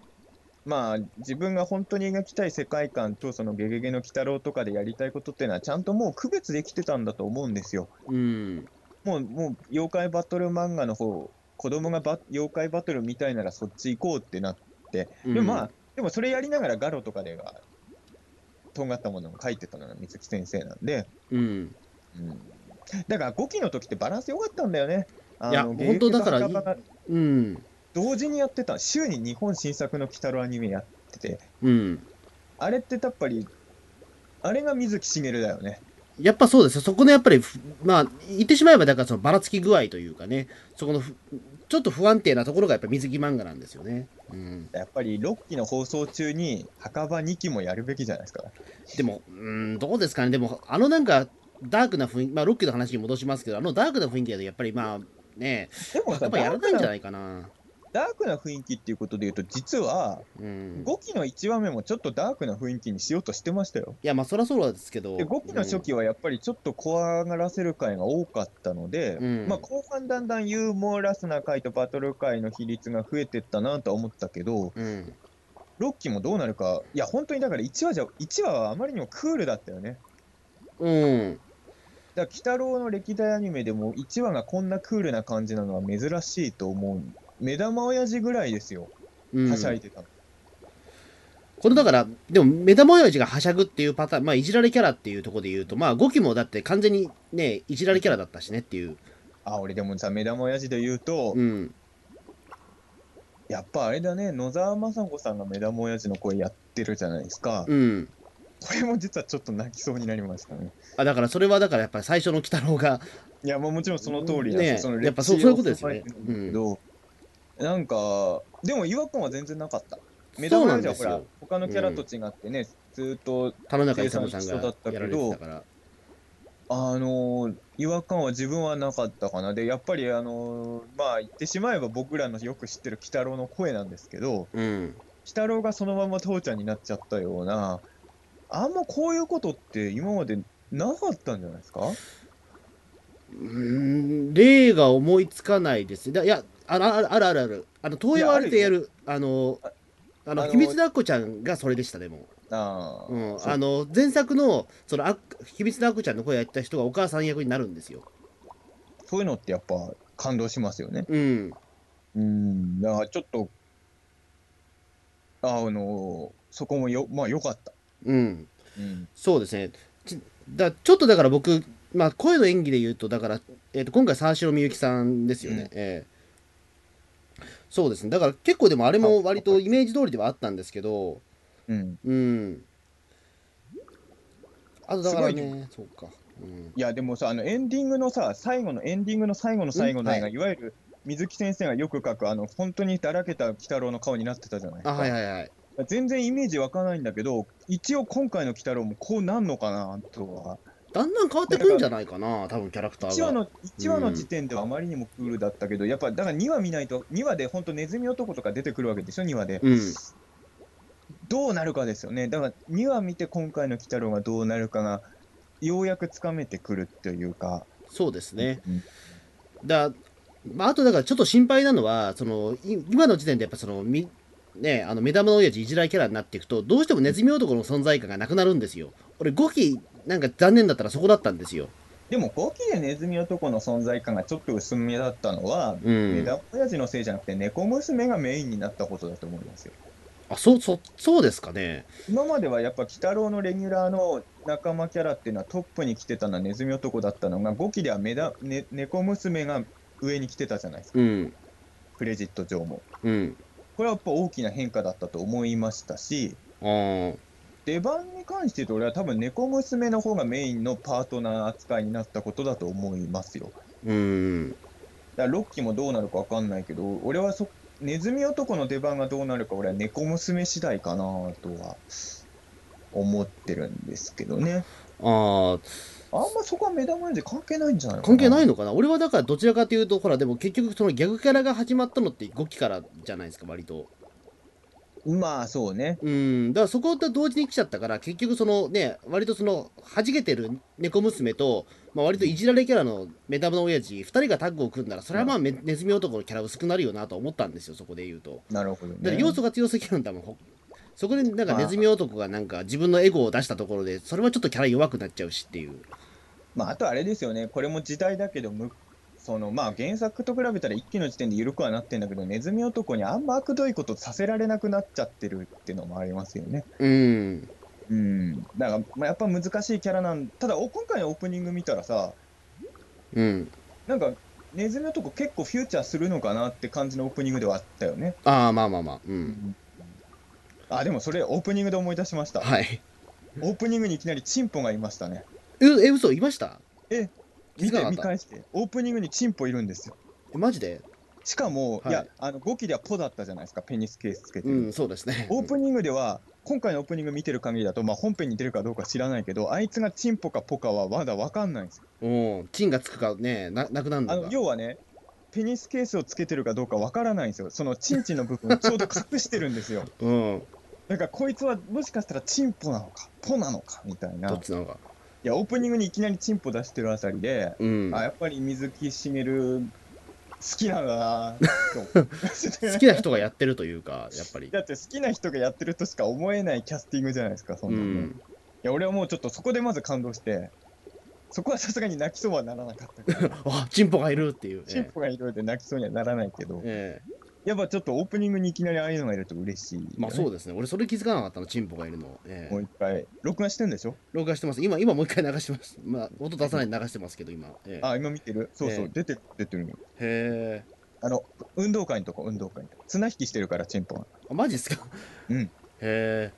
まあ、自分が本当に描きたい世界観と、そのゲゲゲの鬼太郎とかでやりたいことっていうのは、ちゃんともう区別できてたんだと思うんですよ。うんもう、もう、妖怪バトル漫画の方、子供がバ妖怪バトルみたいならそっち行こうってなって、うんでもまあ、でもそれやりながらガロとかでは、とんがったものを書いてたのが水木先生なんで、うん、うん、だから5期の時ってバランス良かったんだよね。あいやの本当だからゲゲゲと墓場がうん、同時にやってた、週に日本新作の鬼太郎アニメやってて、うん、あれってやっぱり、あれが水木しげるだよね。やっぱそうですよ、そこのやっぱり、ふまあ、言ってしまえば、だからそのばらつき具合というかね、そこのふちょっと不安定なところがやっぱ水着漫画なんですよね。うん、やっぱり6期の放送中に墓場2期もやるべきじゃないですか。でも、うん、どうですかね、でも、あのなんか、ダークな雰囲気、まあ、ロッキーの話に戻しますけど、あのダークな雰囲気だと、やっぱりまあ、ね、でもやさ、っぱやらないんじゃいないかな。ダークな雰囲気っていうことで言うと、実はうん、 5期の1話目もちょっとダークな雰囲気にしようとしてましたよ。いやまあそりゃそうなんですけどで5期の初期はやっぱりちょっと怖がらせる回が多かったので、うんまあ、後半だんだんユーモラスな回とバトル回の比率が増えてったなとは思ったけど、うん、うんロッキーもどうなるか、いや、本当にだから1話じゃ、1話はあまりにもクールだったよね。うんだから、鬼太郎の歴代アニメでも1話がこんなクールな感じなのは珍しいと思う。目玉親父ぐらいですよ、うんはしゃいでたの。これだからでも目玉親父がはしゃぐっていうパターンまあいじられキャラっていうところで言うとまあ5期もだって完全にねいじられキャラだったしねっていうあ、俺でもさ、目玉親父で言うと、うんやっぱあれだね、野沢雅子さんが目玉親父の声やってるじゃないですか。うんこれも実はちょっと泣きそうになりましたね。あだからそれはだからやっぱり最初の鬼太郎がいや、まあ、もちろんその通りなんねですよ、やっぱそそうの歴史そういうことですよねを踏まえてるんだけど、なんか、でも違和感は全然なかった。目そう玉な親ん父ではすほよら、他のキャラと違ってね、ずーっと、田野中勇さんがやられてたからあのー違和感は自分はなかったかな。で、やっぱり、あのーまあ、言ってしまえば僕らのよく知ってる鬼太郎の声なんですけど、うん鬼太郎がそのまま父ちゃんになっちゃったような、あんまこういうことって今までなかったんじゃないですかうーん例が思いつかないですねだいやあるあるあるあるあるあの東映はあれでやるあのあのあの秘密のアッコちゃんがそれでしたでもああ、うん、そうあの前作のそのあ秘密のアクちゃんの声やった人がお母さん役になるんですよ。そういうのってやっぱ感動しますよね。うん、うん、だからちょっと、あの、そこもよ、まあ良かった。うん、うん、そうですね。ちだちょっとだから僕、まあ、声の演技で言うとだから、えー、と今回沢城みゆきさんですよね。うんええそうですねだから結構でもあれも割とイメージ通りではあったんですけど、うん。うん、あとだからすごねそうか、うん、いや、でもさ、あの、エンディングのさ、最後の、エンディングの最後の最後の映画、はいい、わゆる、水木先生がよく描く、あの、本当にだらけた鬼太郎の顔になってたじゃないですあか。はいはいはい全然イメージ湧かないんだけど、一応今回の鬼太郎もこうなんのかな、とは。だんだん変わってくんじゃないかな多分キャラクター1が話。の一話の時点ではあまりにもクールだったけど、やっぱだから2話見ないと、2話で本当、ネズミ男とか出てくるわけでしょ、2話で。うんどうなるかですよね、だから2話見て、今回の鬼太郎がどうなるかが、ようやくつかめてくるというか、そうですね。うんだまあ、あとだからちょっと心配なのはそのい今の時点でやっぱそのみねあの目玉の親父いじらいキャラになっていくとどうしてもネズミ男の存在感がなくなるんですよ。俺5期なんか残念だったらそこだったんですよ。でも5期でネズミ男の存在感がちょっと薄めだったのは、う目ん。玉親父のせいじゃなくて、猫娘がメインになったことだと思いますよ。あそうそうそうですかね。今まではやっぱ、鬼太郎のレギュラーの仲間キャラっていうのはトップに来てたのはネズミ男だったのが、5期では目だ、ね、猫娘が上に来てたじゃないですか、うんクレジット上も。うん。これはやっぱ大きな変化だったと思いましたし、あー出番に関して言うと、俺は多分猫娘の方がメインのパートナー扱いになったことだと思いますよ。うんだから6期もどうなるか分かんないけど、俺はそネズミ男の出番がどうなるか、俺は猫娘次第かなとは思ってるんですけどね。あーあんまそこは目玉親父関係ないんじゃないのか関係ないののかな俺はだからどちらかというとほらでも結局そのギャグキャラが始まったのって5期からじゃないですか割と。まあそうね。うん、だからそこと同時に来ちゃったから結局そのね割とその弾けてる猫娘と、まあ、割といじられキャラの目玉の親父2人がタッグを組んだらそれはまあめネズミ男のキャラ薄くなるよなと思ったんですよそこで言うとなるほどね。だって要素が強すぎるんだもんほそこでなんかネズミ男がなんか自分のエゴを出したところでそれはちょっとキャラ弱くなっちゃうしっていうまあ、あとあれですよね、これも時代だけど、むそのまあ、原作と比べたら一期の時点で緩くはなってんだけど、ネズミ男にあんま悪どいことさせられなくなっちゃってるっていうのもありますよね。うんうん、だから、まあ、やっぱ難しいキャラなんただお今回のオープニング見たらさ、うんなんかネズミ男結構フューチャーするのかなって感じのオープニングではあったよね。ああまあまあまあうんあ、でもそれオープニングで思い出しました。はいオープニングにいきなりチンポがいましたね。ええ嘘いました気づ見かなてかった見返して、オープニングにチンポいるんですよ。えマジでしかも、はいい、やあの5期ではポだったじゃないですか、ペニスケースつけてうる。んそうですねオープニングでは、今回のオープニング見てる限りだと、まあ、本編に出るかどうか知らないけど、あいつがチンポかポかはまだ分かんないんですよ。うんチンがつくかねななくなるのあのが要はね、ペニスケースをつけてるかどうか分からないんですよ。そのチンチンの部分をちょうど隠してるんですよ。うんだからこいつはもしかしたらチンポなのか、ポなのかみたいな。どいっちなのか。や、オープニングにいきなりチンポ出してるあたりで、うん。あ、やっぱり水木しげる好きなんだなぁと (laughs) 好きな人がやってるというか、やっぱり。 (laughs) だって好きな人がやってるとしか思えないキャスティングじゃないですか、そんうなの。ん。いや、俺はもうちょっとそこでまず感動して、そこはさすがに泣きそうはならなかっ (laughs) たけど、あ、チンポがいるっていう。チンポがいろいろで泣きそうにはならないけど、えええやっぱちょっとオープニングにいきなりああいうのがいると嬉しいよね、えまあそうですね。俺それ気づかなかったの、チンポがいるの。ええもう一回、録画してんでしょ録画してます。今、今もう一回流してます。まあ、音出さないで流してますけど、今。ええあ、今見てるそうそえう、え出てる、出てるの。へえ。あの、運動会のとこ、運動会のとこ。綱引きしてるから、チンポが。あ、マジっすか。うんへえ。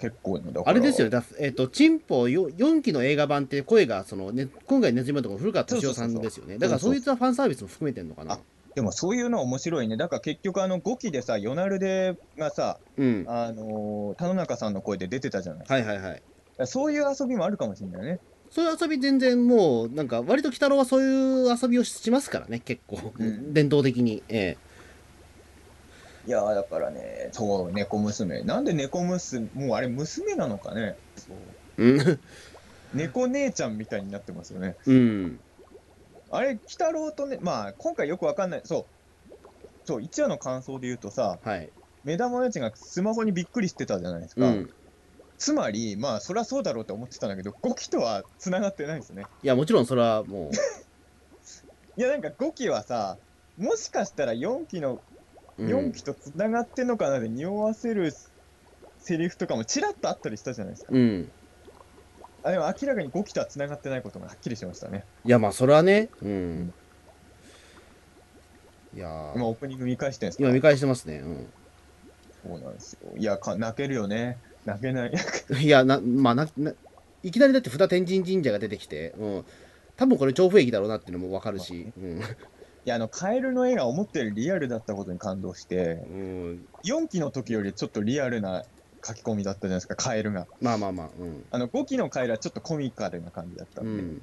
結構のだから。あれですよね。だえっと、チンポよ4期の映画版って声が、その、ね、今回ネズミのところ古川敏夫さんですよね。だから、そそうそうそうういったファンサービスも含めてんのかなあ。でもそういうのは面白いね。だから結局、あの、5期でさ、ヨナルデがさ、うん。あのー田野中さんの声で出てたじゃないはいはいはい。そういう遊びもあるかもしれないね。そういう遊び全然もうなんか割と鬼太郎はそういう遊びをしますからね結構、うん伝統的にえいやーだからね、そう、猫娘。なんで猫娘、もうあれ娘なのかね。えうん猫姉ちゃんみたいになってますよね。うんあれ、鬼太郎とね、まあ、今回よくわかんない。そう。そう、1話の感想で言うとさ、 (laughs) はい目玉親父がスマホにびっくりしてたじゃないですうか。んつまり、まあ、そりゃそうだろうって思ってたんだけど、5期とは繋がってないですね。いやもちろんそれはもいや、なんか5期はさ、もしかしたら4期の、う、うん4期と繋がってんのかなで匂わせるセリフとかもちらっとあったりしたじゃないですか。うんあ、でも明らかに5期とは繋がってないことがはっきりしましたね。いやまあそれはねうんいやー今オープニング見返してるんです今か見返してますねうんそうなんですよ。いやか、泣けるよね。泣けない。 (laughs) (laughs) いや、な、まあ、な、ないきなりだって二天神神社が出てきて、うん。多分これ調布駅だろうなっていうのもわかるし、うん。いや、あの、カエルの絵が思ったよりリアルだったことに感動して、うん、 4期の時よりちょっとリアルな書き込みだったじゃないですか、カエルが。まあまあまあ、うん。あの、5期のカエルはちょっとコミカルな感じだったんうで、ん、うん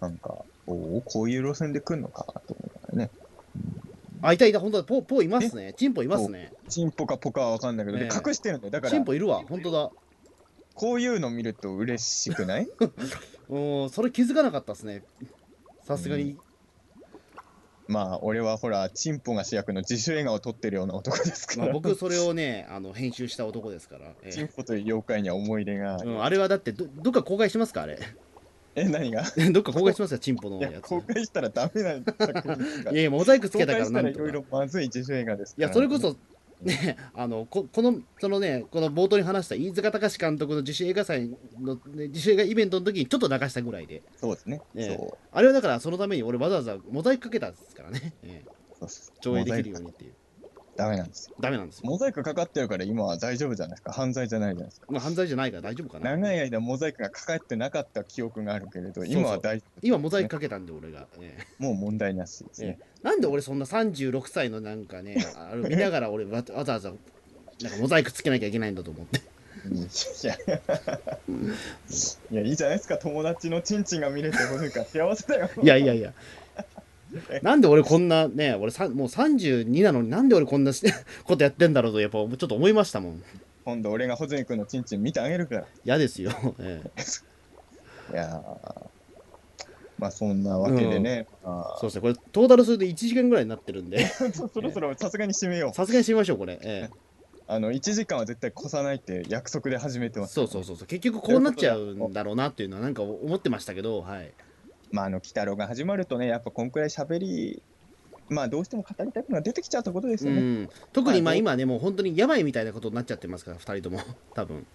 なんか、おお、こういう路線で来んのかと思うからね。あ、いたいた、本当だ、ポポーいますね。チンポいますね。チンポかポかはわかんないけど、でねえ隠してるんだよ。だかチンら、ポいるわ、本当だ。こういうの見ると嬉しくないうん、それ気づかなかったですね。さすがに。まあ、俺はほら、チンポが主役の自主映画を撮ってるような男ですかまあ、ら。僕、それをね、あの編集した男ですから。えチンえポという妖怪には思い出が。うん、あれはだってど、どっか公開しますか、あれ。 (laughs) え、何がどっか公開しますか、チンポのいやや、つ。公開したらダメなんだいやいや、モザイクつけ公たか開らしなたらんいとかろい。ろまずい自主映画ですいからや、それこそ、 (laughs) ね、あの、ここの、そのね、この冒頭に話した飯塚隆監督の自主映画祭の、ね、自主映画イベントの時にちょっと流したぐらいで、そうですね。ええそうあれはだからそのために俺わざわざモザイクかけたんですからね、 (laughs) ええそうそう上映できるようにっていう。ダメなんですよ。ダメなんですよ。モザイクかかってるから今は大丈夫じゃないですか。犯罪じゃないじゃないですか。まあ、犯罪じゃないから大丈夫かな。長い間モザイクがかかってなかった記憶があるけれど、そう今は大丈夫、今モザイクかけたんで俺が、ええもう問題なしですね。なんで俺そんな36歳のなんかね、あれ見ながら俺わわざわざなんかモザイクつけなきゃいけないんだと思って。いや、いやいいじゃないですか。友達のチンチンが見れて、なんか幸せだよ。いやいやいや。なんで俺こんなね、俺さんもう32なのになんで俺こんなし (laughs) ことやってんだろうとやっぱちょっと思いましたもん。今度俺がホズミ君のチンチン見てあげるから。嫌ですよ。ええ、いやーまあそんなわけでね、まあそうですね、これトータルすると1時間ぐらいになってるんで、そろそろさすがに締めよう。さすがにしましょう、これ。えあの1時間は絶対越さないって約束で始めてえ、ます。そうそうそうそう、結局こうなっちゃうんだろうなっていうのはなんか思ってましたけど、はい。まああの鬼太郎が始まるとね、やっぱこんくらい喋り、まあどうしても語りたいのが出てきちゃうってことですうよね。ん、特にままああ今ね、もう本当にやばいみたいなことになっちゃってますから、2人とも、多分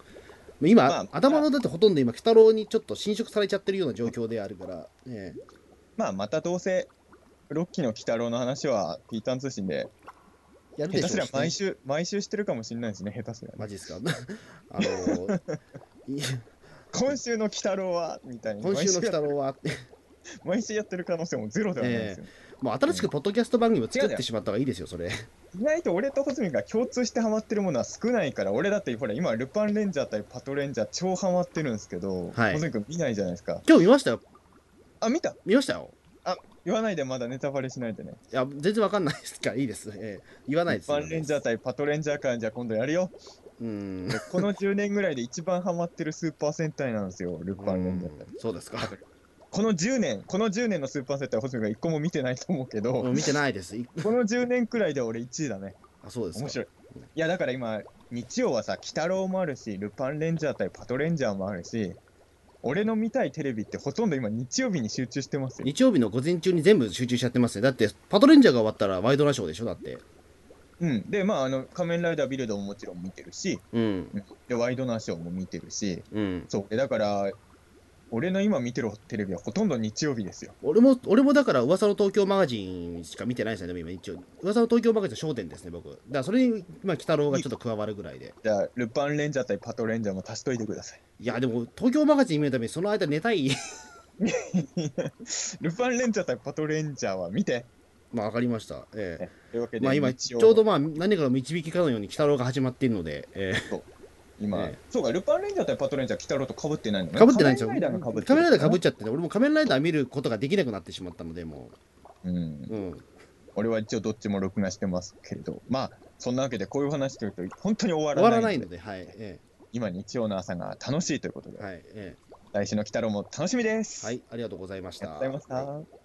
今、まあ頭のだってほとんど今、鬼太郎にちょっと侵食されちゃってるような状況であるから、ええ、まあまたどうせロッキーの鬼太郎の話はピーターン通信でやる下で手しすょうりゃしね毎週毎週してるかもしれないですね下手すりゃ、マジですか (laughs) あのい今週の鬼太郎はみたいに今週の鬼太郎は、毎週やってる可能性もゼロではないですよ、もう新しくポッドキャスト番組を作ってしまった方がいいですよ、それ。意外と俺とホズミが共通してハマってるものは少ないから俺だってほら今ルパンレンジャー対パトレンジャー超ハマってるんですけど、はいホズミ君見ないじゃないですか今日見ましたよ、あ見た見ましたよ。言わないでまだネタバレしないでねいや、全然わかんないですから、いいです。ええ言わないルです。パンレンジャー対パトレンジャー間じゃあ今度や (laughs) るようん。この10年ぐらいで一番ハマってるスーパー戦隊なんですよルパンレンジャー対うんそう (laughs) ですか。この10年、この10年のスーパーセットは星野が1個も見てないと思うけど、うん見てないです。いこの10年くらいで俺1位だね。あ、そうです面か。白い。いや、だから今、日曜はさ、鬼太郎もあるし、ルパンレンジャー対パトレンジャーもあるし、俺の見たいテレビってほとんど今日曜日に集中してますよ。日曜日の午前中に全部集中しちゃってますね。だって、パトレンジャーが終わったらワイドナショーでしょ、だって。うん。で、まあ、あの、仮面ライダービルドももちろん見てるし、うん。で、ワイドナショーも見てるし、うん。そう。でだから、俺の今見てるテレビはほとんど日曜日ですよ。俺も、俺もだから、噂の東京マガジンしか見てないですね、でも今、一応。噂の東京マガジンの焦点ですね、僕。だから、それに、まあ、鬼太郎がちょっと加わるぐらいで。じゃあ、ルパンレンジャー対パトレンジャーも足しといてください。 (laughs) いや、でも、東京マガジン見るために、その間寝たい。 (laughs) ルパンレンジャー対パトレンジャーは見て。まあ、わかりました。ええというわけで、まあ、今、日ち曜ょうどまあ、何かの導きかのように、鬼太郎が始まっているので、え今、ええそうか、ルパンレンジャー対パトレンジャー、鬼太郎とかぶってないのえね。かぶってないんですよ。仮面ライダーが被ってる仮面ライダーかぶっちゃってね、俺も仮面ライダー見ることができなくなってしまったので、もうん。う。うん。俺は一応どっちも録画してますけれど、まあ、そんなわけで、こういう話というと、本当に終わ終らなわい。らないので、はい。え今、日曜の朝が楽しいということえで、はい。ええ来週の鬼太郎も楽しみです。はい、ありがとうございましありた。がとうございました。